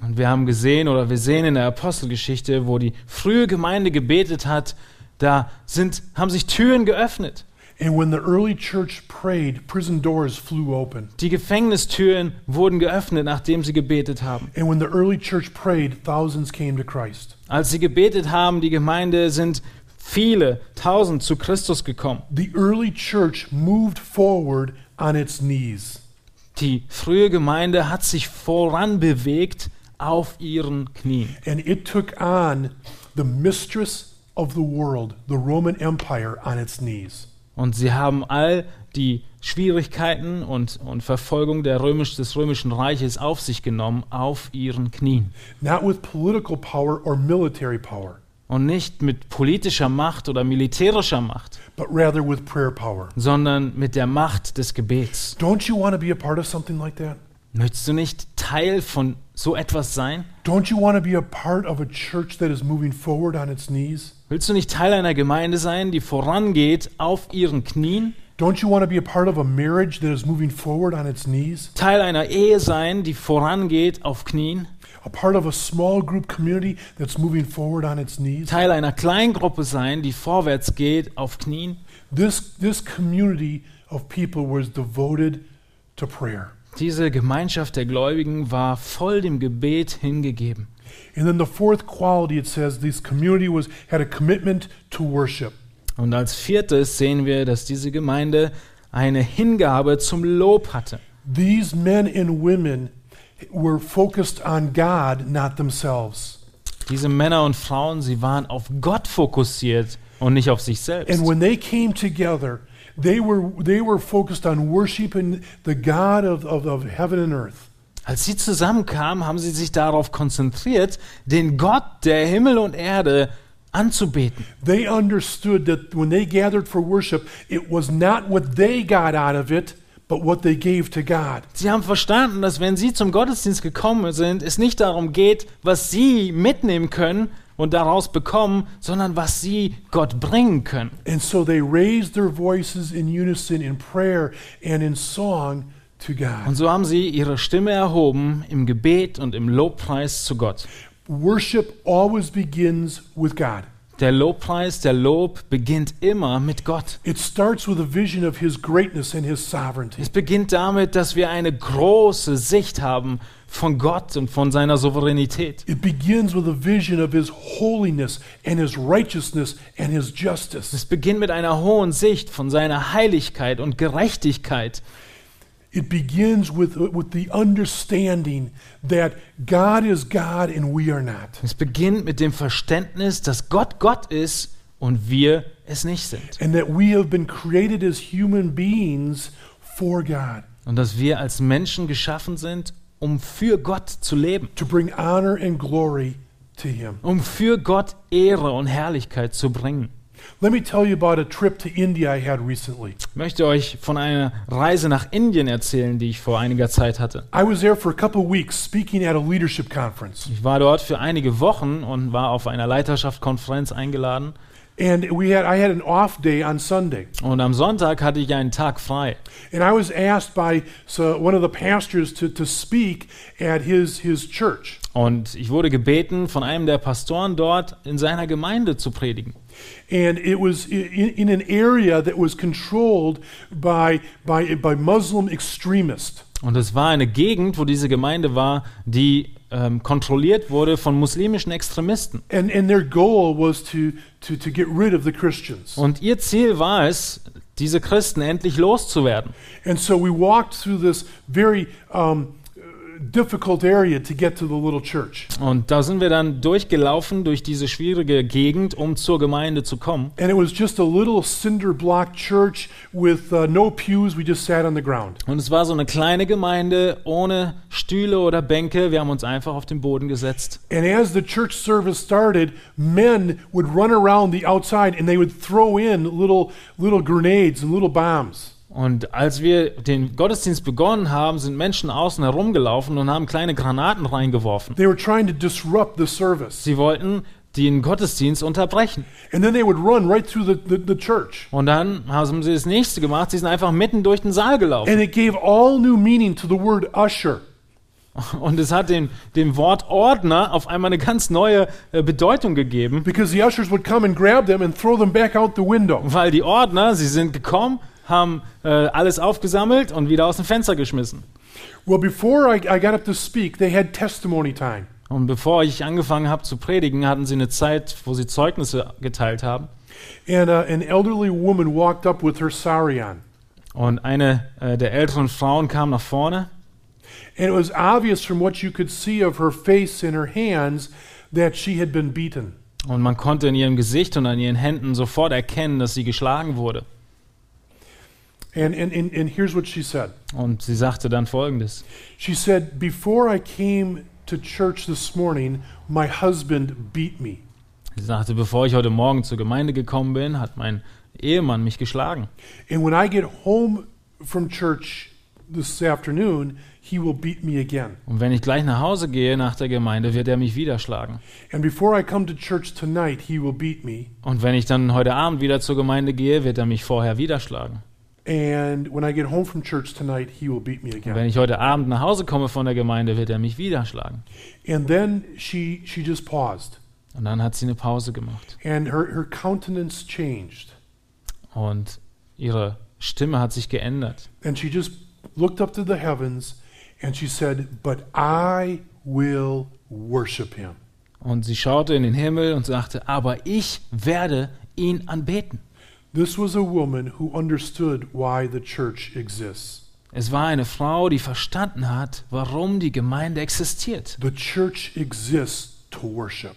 Speaker 2: Und wir haben gesehen oder wir sehen in der Apostelgeschichte, wo die frühe Gemeinde gebetet hat, da sind, haben sich Türen geöffnet.
Speaker 1: And when the early church prayed, prison doors flew open.
Speaker 2: Die Gefängnistüren wurden geöffnet, nachdem sie gebetet haben.
Speaker 1: And when the early church prayed, thousands came to Christ.
Speaker 2: Als sie gebetet haben, die Gemeinde sind viele, tausend zu Christus gekommen.
Speaker 1: The early church moved forward on its knees.
Speaker 2: Die frühe Gemeinde hat sich voran bewegt auf ihren Knien.
Speaker 1: And it took on the mistress of the world, the Roman Empire, on its knees.
Speaker 2: Und sie haben all die Schwierigkeiten und, und Verfolgung der Römisch, des Römischen Reiches auf sich genommen, auf ihren Knien.
Speaker 1: Not with political power or military power,
Speaker 2: Und nicht mit politischer Macht oder militärischer Macht,
Speaker 1: but rather with prayer power.
Speaker 2: sondern mit der Macht des Gebets.
Speaker 1: Don't you want to be a part of something like that?
Speaker 2: Möchtest du nicht Teil von so etwas sein?
Speaker 1: Don't you want to be a part of a church that is moving forward on its knees?
Speaker 2: Willst du nicht Teil einer Gemeinde sein, die vorangeht auf ihren Knien?
Speaker 1: Don't you want to be a part of a marriage that is moving forward on its knees?
Speaker 2: Teil einer Ehe sein, die vorangeht auf Knien?
Speaker 1: A part of a small group community that's moving forward on its knees?
Speaker 2: Teil einer Kleingruppe sein, die vorwärts geht auf Knien?
Speaker 1: This, this community of people was devoted to prayer.
Speaker 2: Diese Gemeinschaft der Gläubigen war voll dem Gebet hingegeben.
Speaker 1: And then the fourth quality it says this community was had a commitment to worship.
Speaker 2: Und als viertes sehen wir, dass diese Gemeinde eine Hingabe zum Lob hatte.
Speaker 1: These men and women were focused on God, not themselves.
Speaker 2: Diese Männer und Frauen, sie waren auf Gott fokussiert und nicht auf sich selbst.
Speaker 1: And when they came together, they were they were focused on worshiping the God of, of, of heaven and earth.
Speaker 2: Als sie zusammenkamen, haben sie sich darauf konzentriert, den Gott der Himmel und Erde anzubeten.
Speaker 1: They understood that when they gathered for worship, it was not what they got out of it, but what they gave to God.
Speaker 2: Sie haben verstanden, dass wenn sie zum Gottesdienst gekommen sind, es nicht darum geht, was sie mitnehmen können und daraus bekommen, sondern was sie Gott bringen können.
Speaker 1: And so they raised their voices in unison in prayer and in song to
Speaker 2: Und
Speaker 1: God.
Speaker 2: so haben sie ihre Stimme erhoben im Gebet und im Lobpreis zu Gott.
Speaker 1: Worship always begins with God.
Speaker 2: Der Lobpreis, der Lob beginnt immer mit Gott.
Speaker 1: It starts with a vision of His greatness and His sovereignty.
Speaker 2: Es beginnt damit, dass wir eine große Sicht haben von Gott und von seiner Souveränität.
Speaker 1: It begins with a vision of His holiness and His righteousness and His justice.
Speaker 2: Es beginnt mit einer hohen Sicht von seiner Heiligkeit und Gerechtigkeit.
Speaker 1: It begins with, with the understanding that God is God and we are not.
Speaker 2: Es beginnt mit dem Verständnis, dass Gott Gott ist und wir es nicht sind.
Speaker 1: And that we have been created as human beings for God
Speaker 2: Und dass wir als Menschen geschaffen sind, um für Gott zu leben,
Speaker 1: to bring honor and glory to Him.
Speaker 2: um für Gott Ehre und Herrlichkeit zu bringen.
Speaker 1: Let me tell you about a trip to India I had recently.
Speaker 2: Ich möchte euch von einer Reise nach Indien erzählen, die ich vor einiger Zeit hatte.
Speaker 1: I was there for a couple weeks speaking at a leadership conference.
Speaker 2: Ich war dort für einige Wochen und war auf einer Leiterschaftskonferenz eingeladen.
Speaker 1: And we had I had an off day on Sunday.
Speaker 2: Und am Sonntag hatte ich einen Tag frei.
Speaker 1: And I was asked by so one of the pastors to, to speak at his, his church.
Speaker 2: Und ich wurde gebeten, von einem der Pastoren dort in seiner Gemeinde zu predigen.
Speaker 1: And it was i- in, in an area that was controlled by, by, by Muslim extremists.
Speaker 2: Und es war eine Gegend, wo diese Gemeinde war, die ähm, kontrolliert wurde von muslimischen Extremisten.
Speaker 1: And, and their goal was to, to, to get rid of the Christians.
Speaker 2: Und ihr Ziel war es, diese Christen endlich loszuwerden.
Speaker 1: And so we walked through this very um, difficult area to get to the little church.
Speaker 2: Und da sind wir dann durchgelaufen durch diese schwierige Gegend, um zur Gemeinde zu kommen.
Speaker 1: And it was just a little cinder block church with uh, no pews. We just sat on the ground.
Speaker 2: Und es war so eine kleine Gemeinde ohne Stühle oder Bänke. Wir haben uns einfach auf den Boden gesetzt.
Speaker 1: And as the church service started, men would run around the outside and they would throw in little little grenades and little bombs.
Speaker 2: Und als wir den Gottesdienst begonnen haben, sind Menschen außen herumgelaufen und haben kleine Granaten reingeworfen.
Speaker 1: They were trying to disrupt the service.
Speaker 2: Sie wollten den Gottesdienst unterbrechen.
Speaker 1: And then they would run right through the, the, the church.
Speaker 2: Und dann haben sie das nächste gemacht. Sie sind einfach mitten durch den Saal gelaufen.
Speaker 1: And it gave all new meaning to the word usher.
Speaker 2: Und es hat dem, dem Wort Ordner auf einmal eine ganz neue äh, Bedeutung gegeben,
Speaker 1: Because the ushers would come and grab them and throw them back out the window.
Speaker 2: weil die Ordner, sie sind gekommen, haben äh, alles aufgesammelt und wieder aus dem Fenster geschmissen.
Speaker 1: Well, before I, I got up to speak, they had testimony time.
Speaker 2: Und bevor ich angefangen habe zu predigen, hatten sie eine Zeit, wo sie Zeugnisse geteilt haben.
Speaker 1: And uh, an elderly woman walked up with her sari on.
Speaker 2: Und eine äh, der älteren Frauen kam nach vorne.
Speaker 1: And it was obvious from what you could see of her face and her hands that she had been beaten.
Speaker 2: Und man konnte in ihrem Gesicht und an ihren Händen sofort erkennen, dass sie geschlagen wurde.
Speaker 1: And, and, and, and here's what she said
Speaker 2: Und sie sagte dann Folgendes.
Speaker 1: She said, Before I came to church this morning, my husband beat me.
Speaker 2: Sie sagte, bevor ich heute Morgen zur Gemeinde gekommen bin, hat mein Ehemann mich geschlagen.
Speaker 1: And when I get home from church this afternoon, he will beat me again.
Speaker 2: Und wenn ich gleich nach Hause gehe nach der Gemeinde, wird er mich wieder schlagen.
Speaker 1: And before I come to church tonight, he will beat me.
Speaker 2: Und wenn ich dann heute Abend wieder zur Gemeinde gehe, wird er mich vorher wieder schlagen.
Speaker 1: And when I get home from church tonight, he will beat me
Speaker 2: Und
Speaker 1: again.
Speaker 2: wenn ich heute Abend nach Hause komme von der Gemeinde, wird er mich wieder schlagen.
Speaker 1: And then she, she just paused,
Speaker 2: Und dann hat sie eine Pause gemacht.
Speaker 1: and her, her countenance changed.
Speaker 2: Und ihre Stimme hat sich geändert.
Speaker 1: And she just looked up to the heavens and she said, But I will worship him.
Speaker 2: Und sie schaute in den Himmel und sagte, aber ich werde ihn anbeten.
Speaker 1: This was a woman who understood why the church exists.
Speaker 2: Es war eine Frau, die verstanden hat, warum die Gemeinde existiert.
Speaker 1: The church exists to worship.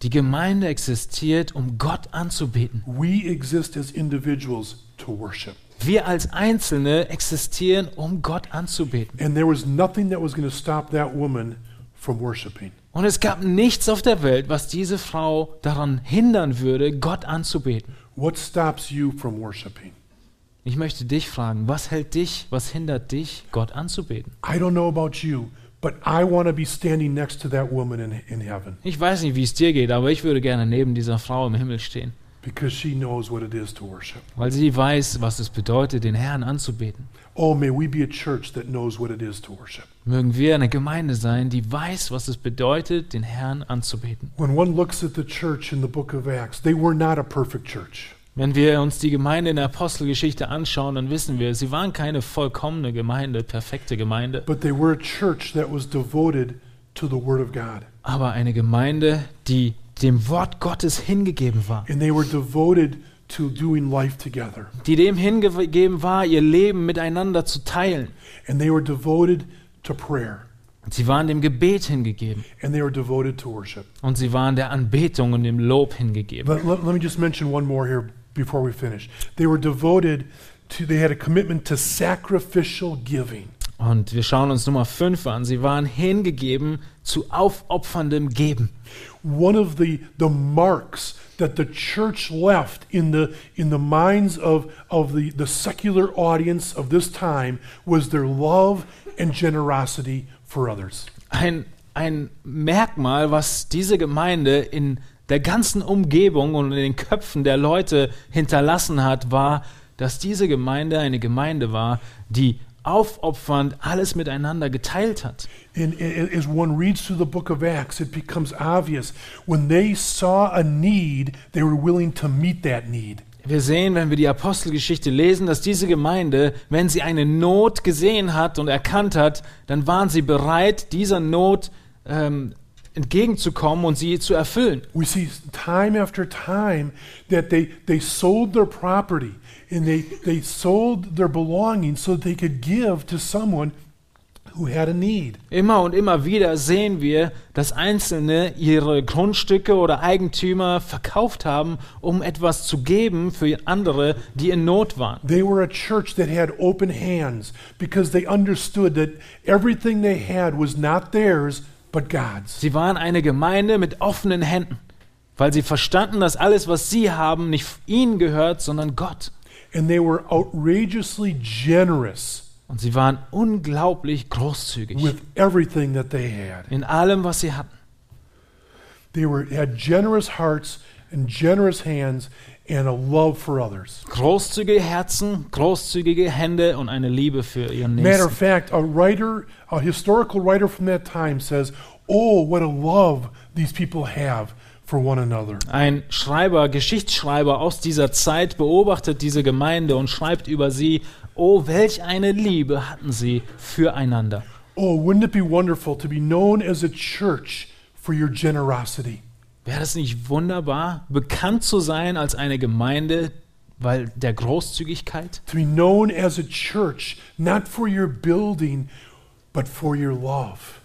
Speaker 2: Die Gemeinde existiert, um Gott anzubeten.
Speaker 1: We exist as individuals to worship.
Speaker 2: Wir als Einzelne existieren, um Gott anzubeten.
Speaker 1: And there was nothing that was going to stop that woman from worshiping.
Speaker 2: Und es gab nichts auf der Welt, was diese Frau daran hindern würde, Gott anzubeten.
Speaker 1: What stops you from worshiping?
Speaker 2: Ich möchte dich fragen, was hält dich, was hindert dich, Gott anzubeten?
Speaker 1: I don't know about you, but I want to be standing next to that woman in, in heaven
Speaker 2: Ich weiß nicht, wie es dir geht, aber ich würde gerne neben dieser Frau im Himmel stehen,
Speaker 1: because she knows what it is to worship.
Speaker 2: weil sie weiß, was es bedeutet, den Herrn anzubeten.
Speaker 1: Oh, may we be a church that knows what it is to worship.
Speaker 2: Mögen wir eine Gemeinde sein, die weiß, was es bedeutet, den Herrn anzubeten.
Speaker 1: When one looks at the church in the book of Acts, they were not a perfect church.
Speaker 2: Wenn wir uns die Gemeinde in der Apostelgeschichte anschauen, dann wissen wir, sie waren keine vollkommene Gemeinde, perfekte Gemeinde,
Speaker 1: But they were a church that was devoted to the Word of God.
Speaker 2: aber eine Gemeinde, die dem Wort Gottes hingegeben war,
Speaker 1: And they were devoted to doing life together.
Speaker 2: die dem hingegeben war, ihr Leben miteinander zu teilen.
Speaker 1: And they were devoted to prayer.
Speaker 2: Sie waren dem Gebet hingegeben
Speaker 1: And they were devoted to worship.
Speaker 2: und sie waren der Anbetung und dem Lob hingegeben.
Speaker 1: But let, let me just mention one more here before we finish. They were devoted to, they had a commitment to sacrificial giving.
Speaker 2: Und wir schauen uns Nummer 5 an. Sie waren hingegeben zu aufopferndem Geben.
Speaker 1: One of the, the marks that the church left in the, in the minds of, of the, the secular audience of this time was their love and generosity for others.
Speaker 2: Ein, ein Merkmal, was diese Gemeinde in der ganzen Umgebung und in den Köpfen der Leute hinterlassen hat, war, dass diese Gemeinde eine Gemeinde war, die aufopfernd alles miteinander geteilt hat.
Speaker 1: And a- a- as one reads through the book of Acts, it becomes obvious when they saw a need, they were willing to meet that need.
Speaker 2: Wir sehen, wenn wir die Apostelgeschichte lesen, dass diese Gemeinde, wenn sie eine Not gesehen hat und erkannt hat, dann waren sie bereit, dieser Not ähm, entgegenzukommen und sie zu erfüllen.
Speaker 1: We see time after time that they, they sold their property and they, they sold their belongings so that they could give to someone who had a need.
Speaker 2: Immer und immer wieder sehen wir, dass Einzelne ihre Grundstücke oder Eigentümer verkauft haben, um etwas zu geben für andere, die in Not waren.
Speaker 1: They were a church that had open hands because they understood that everything they had was not theirs but God's.
Speaker 2: Sie waren eine Gemeinde mit offenen Händen, weil sie verstanden, dass alles, was sie haben, nicht ihnen gehört, sondern Gott.
Speaker 1: And they were outrageously generous
Speaker 2: Und sie waren unglaublich großzügig
Speaker 1: with everything that they had.
Speaker 2: in allem, was sie hatten.
Speaker 1: They were, had generous hearts and generous hands and a love for others.
Speaker 2: Großzügige Herzen, großzügige Hände und eine Liebe für ihren
Speaker 1: Matter of
Speaker 2: Nächsten.
Speaker 1: fact, a writer, a historical writer from that time says, Oh, what a love these people have for one another.
Speaker 2: Ein Schreiber, Geschichtsschreiber aus dieser Zeit beobachtet diese Gemeinde und schreibt über sie, oh, welch eine Liebe hatten sie füreinander.
Speaker 1: Oh, wouldn't it be wonderful to be known as a church for your generosity?
Speaker 2: Wäre es nicht wunderbar, bekannt zu sein als eine Gemeinde, weil der Großzügigkeit?
Speaker 1: To be known as a church, not for your building, but for your love.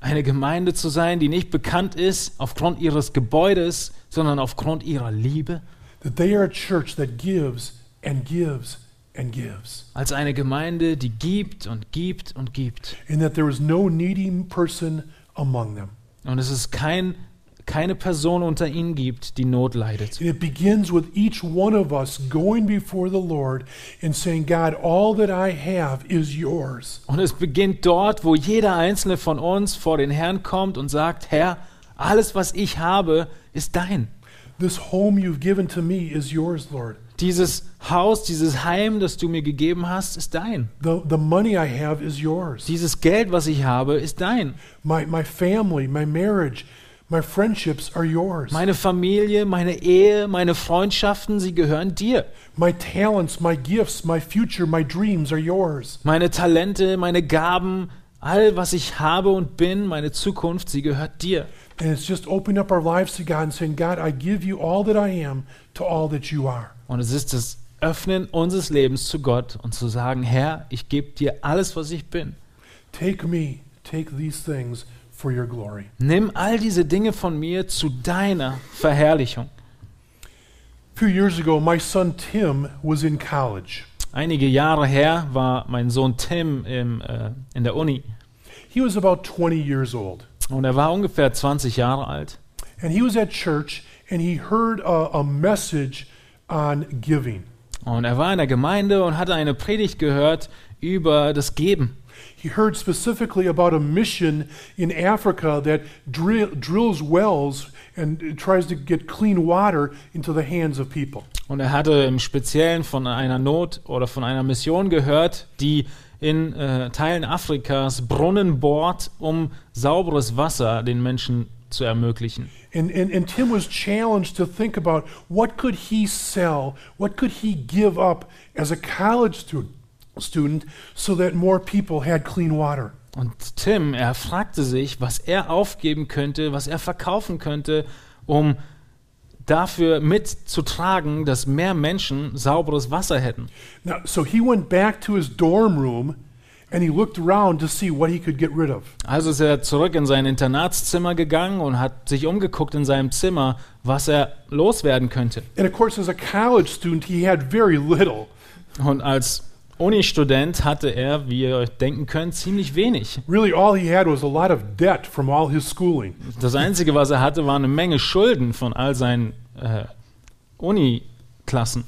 Speaker 2: Eine Gemeinde zu sein, die nicht bekannt ist aufgrund ihres Gebäudes, sondern aufgrund ihrer Liebe?
Speaker 1: That they are a church that gives and gives and gives.
Speaker 2: als eine Gemeinde, die gibt und gibt und gibt.
Speaker 1: And that there is no needy person among them.
Speaker 2: Und es ist kein, keine Person unter ihnen gibt, die Not leidet.
Speaker 1: And it begins with each one of us going before the Lord and saying, God, all that I have is yours.
Speaker 2: Und es beginnt dort, wo jeder einzelne von uns vor den Herrn kommt und sagt, Herr, alles, was ich habe, ist dein.
Speaker 1: This home you've given to me is yours, Lord.
Speaker 2: Dieses Haus, dieses Heim, das du mir gegeben hast, ist dein.
Speaker 1: The, the money I have is yours.
Speaker 2: Dieses Geld, was ich habe, ist dein.
Speaker 1: My, my family, my marriage, my friendships are yours.
Speaker 2: Meine Familie, meine Ehe, meine Freundschaften, sie gehören dir.
Speaker 1: my talents, my gifts, my future, my dreams are yours.
Speaker 2: Meine Talente, meine Gaben, all was ich habe und bin, meine Zukunft, sie gehört dir.
Speaker 1: And it's just opening up our lives to God and saying, God, I give you all that I am to all that you are.
Speaker 2: Und es ist das Öffnen unseres Lebens zu Gott und zu sagen, Herr, ich gebe dir alles, was ich bin.
Speaker 1: Take me, take these things for your glory.
Speaker 2: Nimm all diese Dinge von mir zu deiner Verherrlichung.
Speaker 1: A few years ago, my son Tim was in college.
Speaker 2: Einige Jahre her war mein Sohn Tim im, äh, in der Uni
Speaker 1: He was about 20 years old.
Speaker 2: und er war ungefähr 20 Jahre alt.
Speaker 1: And he was at church and he heard a, a message on giving.
Speaker 2: Und er war in der Gemeinde und hatte eine Predigt gehört über das Geben.
Speaker 1: He heard specifically about a mission in Africa that drill, drills wells and tries to get clean water into the hands of people.
Speaker 2: Und er hatte im Speziellen von einer Not oder von einer Mission gehört, die in äh, Teilen Afrikas Brunnen bohrt, um sauberes Wasser den Menschen zu ermöglichen.
Speaker 1: And, and, and Tim was challenged to think about what could he sell, what could he give up as a college student, student so that more people had clean water.
Speaker 2: Und Tim, er fragte sich, was er aufgeben könnte, was er verkaufen könnte, um dafür mitzutragen, dass mehr Menschen sauberes Wasser hätten.
Speaker 1: Now, so he went back to his dorm room and he looked around to see what he could get rid of.
Speaker 2: Also ist er zurück in sein Internatszimmer gegangen und hat sich umgeguckt in seinem Zimmer, was er loswerden könnte.
Speaker 1: And of course, as a college student, he had very little.
Speaker 2: Und als Uni-Student hatte er, wie ihr euch denken könnt, ziemlich wenig.
Speaker 1: Really, all he had was a lot of debt from all his schooling.
Speaker 2: Das Einzige, was er hatte, war eine Menge Schulden von all seinen äh, Uni-Klassen.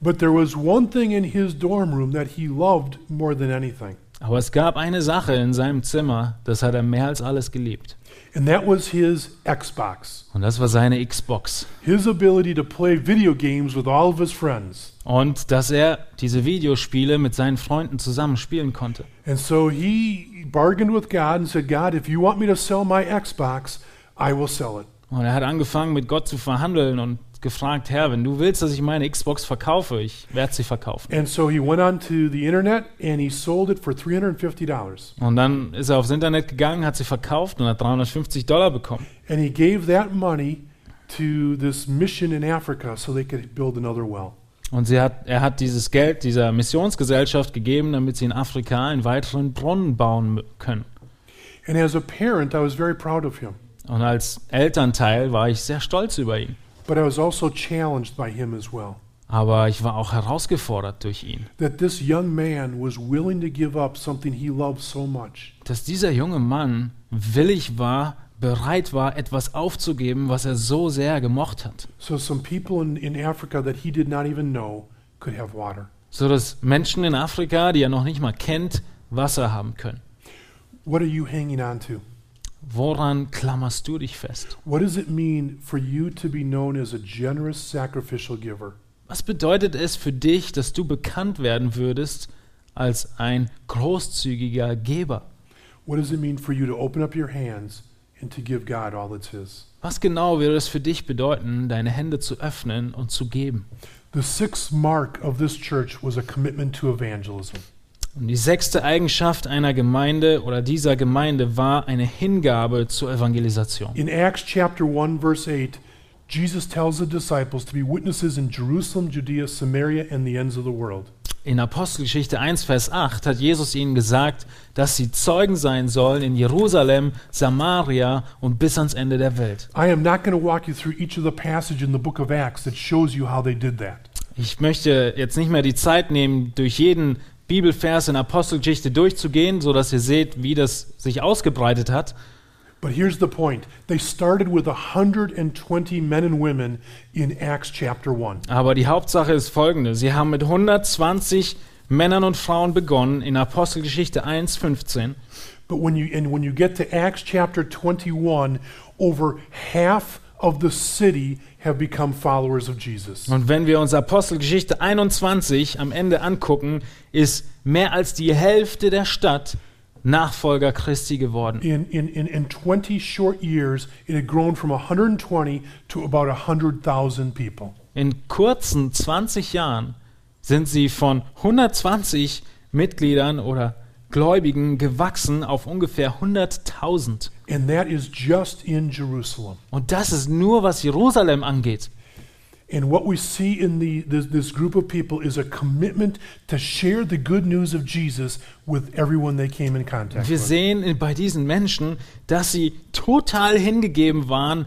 Speaker 1: But there was one thing in his dorm room that he loved more than anything,
Speaker 2: Aber es gab eine Sache in seinem Zimmer, das hat er mehr als alles geliebt.
Speaker 1: and that was his Xbox,
Speaker 2: Und das war seine Xbox.
Speaker 1: his ability to play video games with all of his friends.
Speaker 2: Und dass er diese Videospiele mit seinen Freunden zusammen spielen konnte.
Speaker 1: And so he bargained with God and said, God, if you want me to sell my Xbox, I will sell it.
Speaker 2: Und er hat angefangen, mit Gott zu verhandeln und gefragt, Herr, wenn du willst, dass ich meine Xbox verkaufe, ich werde sie verkaufen.
Speaker 1: And so he went onto the internet and he sold it for $350.
Speaker 2: Und dann ist er aufs Internet gegangen, hat sie verkauft und hat 350 Dollar bekommen.
Speaker 1: And he gave that money to this mission in Africa so they could build another well.
Speaker 2: Und sie hat, er hat dieses Geld dieser Missionsgesellschaft gegeben, damit sie in Afrika einen weiteren Brunnen bauen mü- können.
Speaker 1: And as a parent, I was very proud of him.
Speaker 2: Und als Elternteil war ich sehr stolz über ihn.
Speaker 1: But I was also challenged by him as well.
Speaker 2: Aber ich war auch herausgefordert durch ihn,
Speaker 1: That this young man was willing to give up something he loved so much.
Speaker 2: dass dieser junge Mann willig war, bereit war, etwas aufzugeben, was er so sehr gemocht hat.
Speaker 1: So some people in, in Africa that he did not even know could have water.
Speaker 2: so dass Menschen in Afrika, die er noch nicht mal kennt, Wasser haben können.
Speaker 1: What are you hanging on to?
Speaker 2: Woran klammerst du dich fest?
Speaker 1: What does it mean for you to be known as a generous sacrificial giver?
Speaker 2: Was bedeutet es für dich, dass du bekannt werden würdest als ein großzügiger Geber?
Speaker 1: What does it mean for you to open up your hands and to give God all that's His?
Speaker 2: Was genau würde es für dich bedeuten, deine Hände zu öffnen und zu geben?
Speaker 1: The sixth mark of this church was a commitment to evangelism.
Speaker 2: Und die sechste Eigenschaft einer Gemeinde oder dieser Gemeinde war eine Hingabe zur Evangelisation.
Speaker 1: In Acts chapter 1, verse 8, Jesus tells the disciples to be witnesses in Jerusalem, Judea, Samaria, and the ends of the world.
Speaker 2: In Apostelgeschichte 1, Vers 8 hat Jesus ihnen gesagt, dass sie Zeugen sein sollen in Jerusalem, Samaria und bis ans Ende der Welt.
Speaker 1: I am not going to walk you through each of the passage in the book of Acts that shows you how they did that.
Speaker 2: Ich möchte jetzt nicht mehr die Zeit nehmen, durch jeden Bibelvers in Apostelgeschichte durchzugehen, so dass ihr seht, wie das sich ausgebreitet hat.
Speaker 1: But here's the point they started with 120 men and women in Acts chapter 1.
Speaker 2: Aber die Hauptsache ist folgende. Sie haben mit 120 Männern und Frauen begonnen in Apostelgeschichte 1, 15.
Speaker 1: But when you and when you get to Acts chapter 21, over half of the city have become followers of Jesus.
Speaker 2: Und wenn wir uns Apostelgeschichte 21 am Ende angucken, ist mehr als die Hälfte der Stadt Nachfolger Christi geworden.
Speaker 1: In, in, in, in 20 short years, it had grown from 120 to about 100,000 people.
Speaker 2: In kurzen 20 Jahren sind sie von 120 Mitgliedern oder Gläubigen gewachsen auf ungefähr 100.000.
Speaker 1: And that is just in Jerusalem.
Speaker 2: Und das ist nur, was Jerusalem angeht.
Speaker 1: And what we see in the, this, this group of people is a commitment to share the good news of Jesus with everyone they came in contact
Speaker 2: Wir
Speaker 1: with.
Speaker 2: sehen in- bei diesen Menschen, dass sie total hingegeben waren,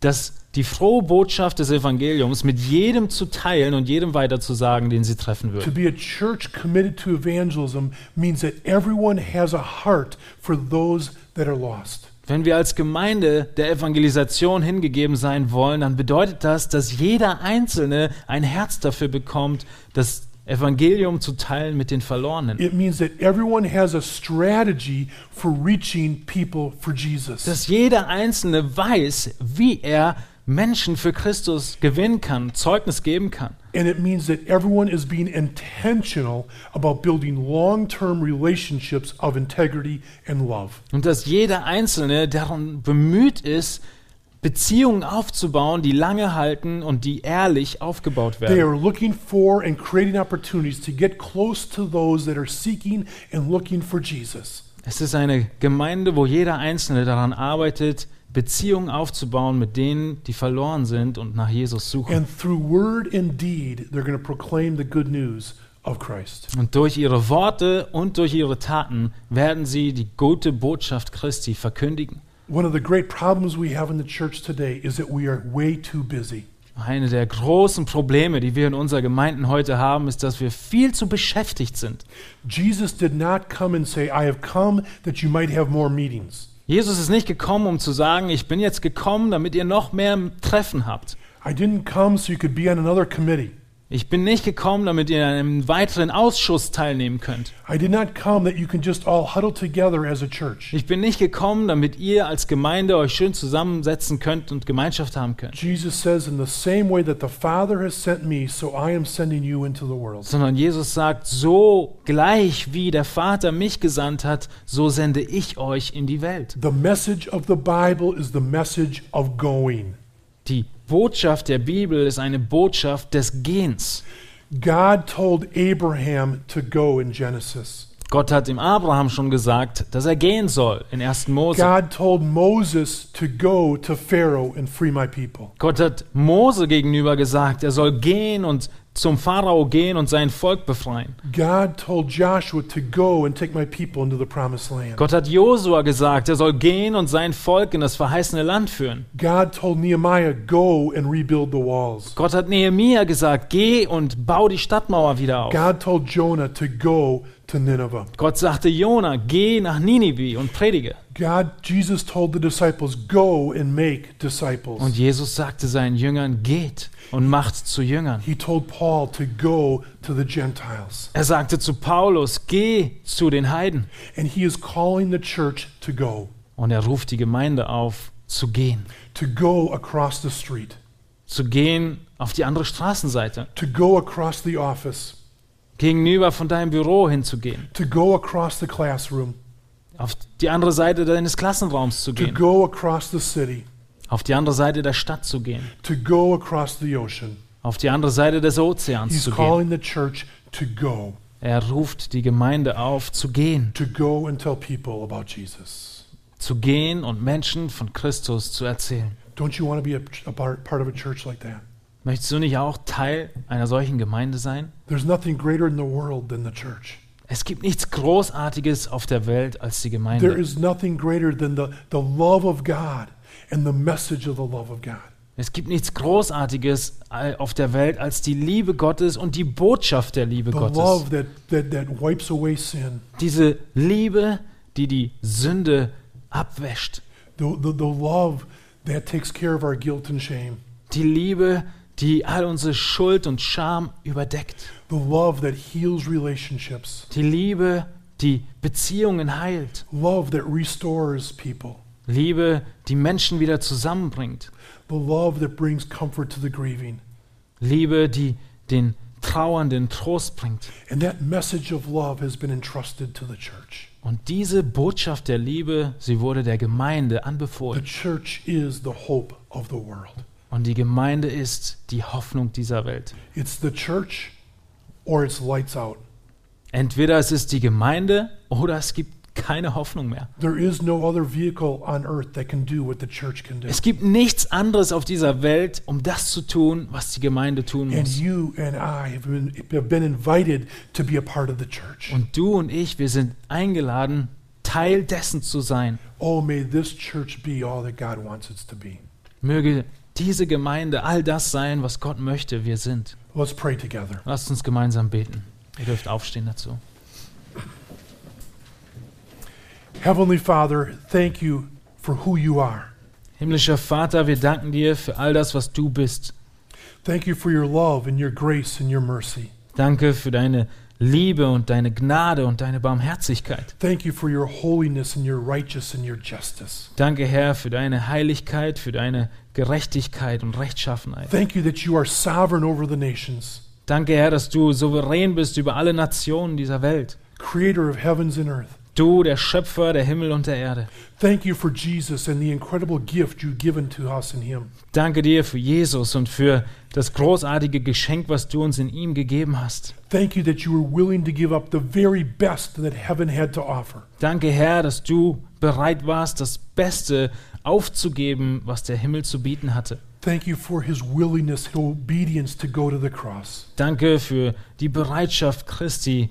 Speaker 2: dass die frohe Botschaft des Evangeliums mit jedem zu teilen und jedem weiterzusagen, den sie treffen
Speaker 1: To
Speaker 2: würden.
Speaker 1: be a church committed to evangelism means that everyone has a heart for those that are lost.
Speaker 2: Wenn wir als Gemeinde der Evangelisation hingegeben sein wollen, dann bedeutet das, dass jeder Einzelne ein Herz dafür bekommt, dass Evangelium zu teilen mit den Verlorenen.
Speaker 1: It means that everyone has a strategy for reaching people for Jesus.
Speaker 2: Dass jeder Einzelne weiß, wie er Menschen für Christus gewinnen kann, Zeugnis geben kann.
Speaker 1: And it means that everyone is being intentional about building long term relationships of integrity and love.
Speaker 2: Und dass jeder Einzelne darum bemüht ist, Beziehungen aufzubauen, die lange halten und die ehrlich aufgebaut
Speaker 1: They
Speaker 2: werden.
Speaker 1: are looking for and creating opportunities to get close to those that are seeking and looking for Jesus.
Speaker 2: Es ist eine Gemeinde, wo jeder Einzelne daran arbeitet, Beziehungen aufzubauen mit denen, die verloren sind und nach Jesus suchen.
Speaker 1: And through word and deed, they're going to proclaim the good news of Christ.
Speaker 2: Und durch ihre Worte und durch ihre Taten werden sie die gute Botschaft Christi verkündigen.
Speaker 1: One of the great problems we have in the church today is that we are way too busy.
Speaker 2: Eine der großen Probleme, die wir in unserer Gemeinden heute haben, ist, dass wir viel zu beschäftigt sind.
Speaker 1: Jesus did not come and say, I have come that you might have more meetings.
Speaker 2: Jesus ist nicht gekommen, um zu sagen, ich bin jetzt gekommen, damit ihr noch mehr Treffen habt.
Speaker 1: I didn't come so you could be on another committee.
Speaker 2: Ich bin nicht gekommen, damit ihr an einem weiteren Ausschuss teilnehmen könnt.
Speaker 1: I did not come that you can just all huddle together as a church.
Speaker 2: Ich bin nicht gekommen, damit ihr als Gemeinde euch schön zusammensetzen könnt und Gemeinschaft haben könnt.
Speaker 1: Jesus says, In the same way that the Father has sent me, so I am sending you into the world.
Speaker 2: Sondern Jesus sagt, so gleich wie der Vater mich gesandt hat, so sende ich euch in die Welt.
Speaker 1: The message of the Bible is the message of going.
Speaker 2: Die Botschaft der Bibel ist eine Botschaft des Gehens.
Speaker 1: God told Abraham to go in Genesis.
Speaker 2: Gott hat dem Abraham schon gesagt, dass er gehen soll in 1. Mose.
Speaker 1: God told Moses to go to Pharaoh and free my people.
Speaker 2: Gott hat Mose gegenüber gesagt, er soll gehen und zum Pharao gehen und sein Volk befreien.
Speaker 1: God told Joshua to go and take my people into the promised land.
Speaker 2: Gott hat Josua gesagt, er soll gehen und sein Volk in das verheißene Land führen.
Speaker 1: God told Nehemiah, go and rebuild the walls.
Speaker 2: Gott hat Nehemia gesagt, geh und bau die Stadtmauer wieder auf.
Speaker 1: God told Jonah to go to Nineveh.
Speaker 2: Gott sagte Jona, geh nach Ninive und predige.
Speaker 1: God, Jesus told the disciples, go and make
Speaker 2: Und
Speaker 1: disciples.
Speaker 2: Jesus sagte seinen Jüngern, geht und macht zu Jüngern.
Speaker 1: He told Paul to go to the Gentiles.
Speaker 2: Er sagte zu Paulus, geh zu den Heiden.
Speaker 1: And he is calling the church to go,
Speaker 2: Und er ruft die Gemeinde auf, zu gehen.
Speaker 1: to go across the street,
Speaker 2: Zu gehen auf die andere Straßenseite.
Speaker 1: to go across the office,
Speaker 2: Gegenüber von deinem Büro hinzugehen.
Speaker 1: to go across the classroom,
Speaker 2: Auf die andere Seite deines Klassenraums zu
Speaker 1: to
Speaker 2: gehen.
Speaker 1: go across the city,
Speaker 2: Auf die andere Seite der Stadt zu gehen.
Speaker 1: to go across the ocean.
Speaker 2: Auf die andere Seite des Ozeans
Speaker 1: He's
Speaker 2: zu gehen.
Speaker 1: calling the church to go,
Speaker 2: Er ruft die Gemeinde auf, zu gehen.
Speaker 1: to go and tell people about Jesus.
Speaker 2: Zu gehen und Menschen von Christus zu erzählen.
Speaker 1: Don't you want to be a, a part part of a church like that?
Speaker 2: Möchtest du nicht auch Teil einer solchen Gemeinde sein?
Speaker 1: There's nothing greater in the world than the church.
Speaker 2: Es gibt nichts Großartiges auf der Welt als die
Speaker 1: There
Speaker 2: Gemeinde.
Speaker 1: is nothing greater than the, the love of God and the message of the love of God.
Speaker 2: Es gibt nichts Großartiges all- auf der Welt als die Liebe Gottes und die Botschaft der Liebe
Speaker 1: The
Speaker 2: Gottes.
Speaker 1: love that, that, that wipes away sin.
Speaker 2: Diese Liebe, die die Sünde abwäscht.
Speaker 1: The, the, the love that takes care of our guilt and shame.
Speaker 2: Die Liebe, die all unsere Schuld und Scham überdeckt.
Speaker 1: The love that heals relationships.
Speaker 2: Die Liebe, die Beziehungen heilt.
Speaker 1: Love that restores people.
Speaker 2: Liebe, die Menschen wieder zusammenbringt.
Speaker 1: The love that brings comfort to the grieving.
Speaker 2: Liebe, die den Trauernden Trost bringt.
Speaker 1: And that message of love has been entrusted to the church.
Speaker 2: Und diese Botschaft der Liebe, sie wurde der Gemeinde
Speaker 1: The
Speaker 2: anbefohlen.
Speaker 1: church is the hope of the world.
Speaker 2: Und die Gemeinde ist die Hoffnung dieser Welt.
Speaker 1: It's the church or it's lights out.
Speaker 2: Entweder es ist die Gemeinde oder es gibt keine Hoffnung mehr.
Speaker 1: There is no other vehicle on earth that can do what the church can do.
Speaker 2: Es gibt nichts anderes auf dieser Welt, um das zu tun, was die Gemeinde tun
Speaker 1: And
Speaker 2: muss.
Speaker 1: you and I have been, have been invited to be a part of the church.
Speaker 2: Und du und ich, wir sind eingeladen, Teil dessen zu sein.
Speaker 1: Oh, may this church be all that God wants it to be.
Speaker 2: Möge diese Gemeinde all das sein, was Gott möchte, wir sind.
Speaker 1: Let's pray together.
Speaker 2: Lasst uns gemeinsam beten. Ihr dürft aufstehen dazu.
Speaker 1: Heavenly Father, thank you for who you are.
Speaker 2: Himmlischer Vater, wir danken dir für all das, was du bist.
Speaker 1: Thank you for your love and your grace and your mercy.
Speaker 2: Danke für deine Liebe und deine Gnade und deine Barmherzigkeit.
Speaker 1: Thank you for your holiness and your righteous and your justice.
Speaker 2: Danke, Herr, für deine Heiligkeit, für deine Gerechtigkeit und Rechtschaffenheit.
Speaker 1: Thank you that you are sovereign over the nations,
Speaker 2: Danke, Herr, dass du souverän bist über alle Nationen dieser Welt.
Speaker 1: creator of heavens and earth.
Speaker 2: Du, der Schöpfer der Himmel und der Erde.
Speaker 1: Thank you for Jesus and the incredible gift you've given to us in him.
Speaker 2: Danke dir für Jesus und für das großartige Geschenk, was du uns in ihm gegeben hast.
Speaker 1: Thank you that you were willing to give up the very best that heaven had to offer.
Speaker 2: Danke, Herr, dass du bereit warst, das Beste aufzugeben, was der Himmel zu bieten hatte.
Speaker 1: Thank you for his willingness and obedience to go to the cross.
Speaker 2: Danke für die Bereitschaft Christi,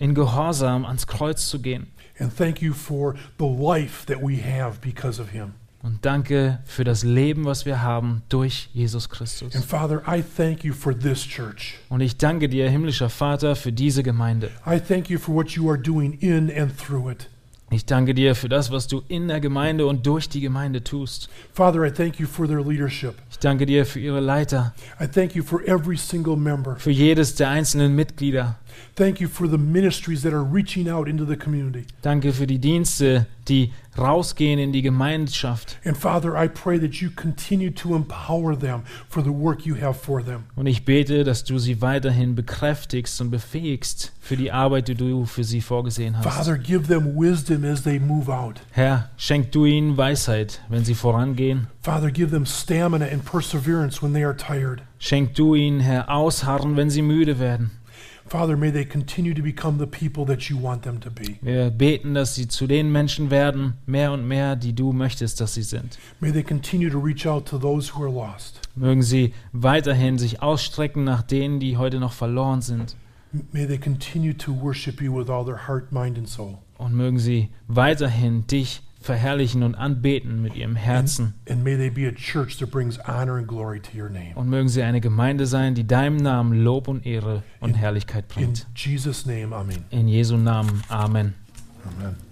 Speaker 2: in Gehorsam ans Kreuz zu gehen.
Speaker 1: And thank you for the life that we have because of him.
Speaker 2: Und danke für das Leben, was wir haben durch Jesus Christus.
Speaker 1: And Father, I thank you for this church.
Speaker 2: Und ich danke dir, himmlischer Vater, für diese Gemeinde.
Speaker 1: I thank you for what you are doing in and through it.
Speaker 2: Ich danke dir für das, was du in der Gemeinde und durch die Gemeinde tust.
Speaker 1: Father, I thank you for their leadership.
Speaker 2: Ich danke dir für ihre Leiter,
Speaker 1: I thank you for every single member.
Speaker 2: für jedes der einzelnen Mitglieder.
Speaker 1: Thank you for the ministries that are reaching out into the community.
Speaker 2: Danke für die Dienste, die rausgehen in die Gemeinschaft.
Speaker 1: And Father, I pray that you continue to empower them for the work you have for them.
Speaker 2: Und ich bete, dass du sie weiterhin bekräftigst und befähigst für die Arbeit, die du für sie vorgesehen hast.
Speaker 1: Father, give them wisdom as they move out.
Speaker 2: Herr, schenk du ihnen Weisheit, wenn sie vorangehen.
Speaker 1: Father, give them stamina and perseverance when they are tired.
Speaker 2: Schenk du ihnen, Herr, Ausharren, wenn sie müde werden.
Speaker 1: Father, may they continue to become the people that you want them to be.
Speaker 2: Wir beten, dass sie zu den Menschen werden, mehr und mehr, die du möchtest, dass sie sind.
Speaker 1: May they continue to reach out to those who are lost.
Speaker 2: Mögen sie weiterhin sich ausstrecken nach denen, die heute noch verloren sind.
Speaker 1: M- May they continue to worship you with all their heart, mind, and soul.
Speaker 2: Und mögen sie weiterhin dich verherrlichen und anbeten mit ihrem Herzen.
Speaker 1: And may they be a church that brings honor and glory to your name.
Speaker 2: Und mögen sie eine Gemeinde sein, die deinem Namen Lob und Ehre und Herrlichkeit
Speaker 1: In
Speaker 2: bringt.
Speaker 1: Jesus' name, Amen.
Speaker 2: In Jesu Namen. Amen.
Speaker 1: Amen.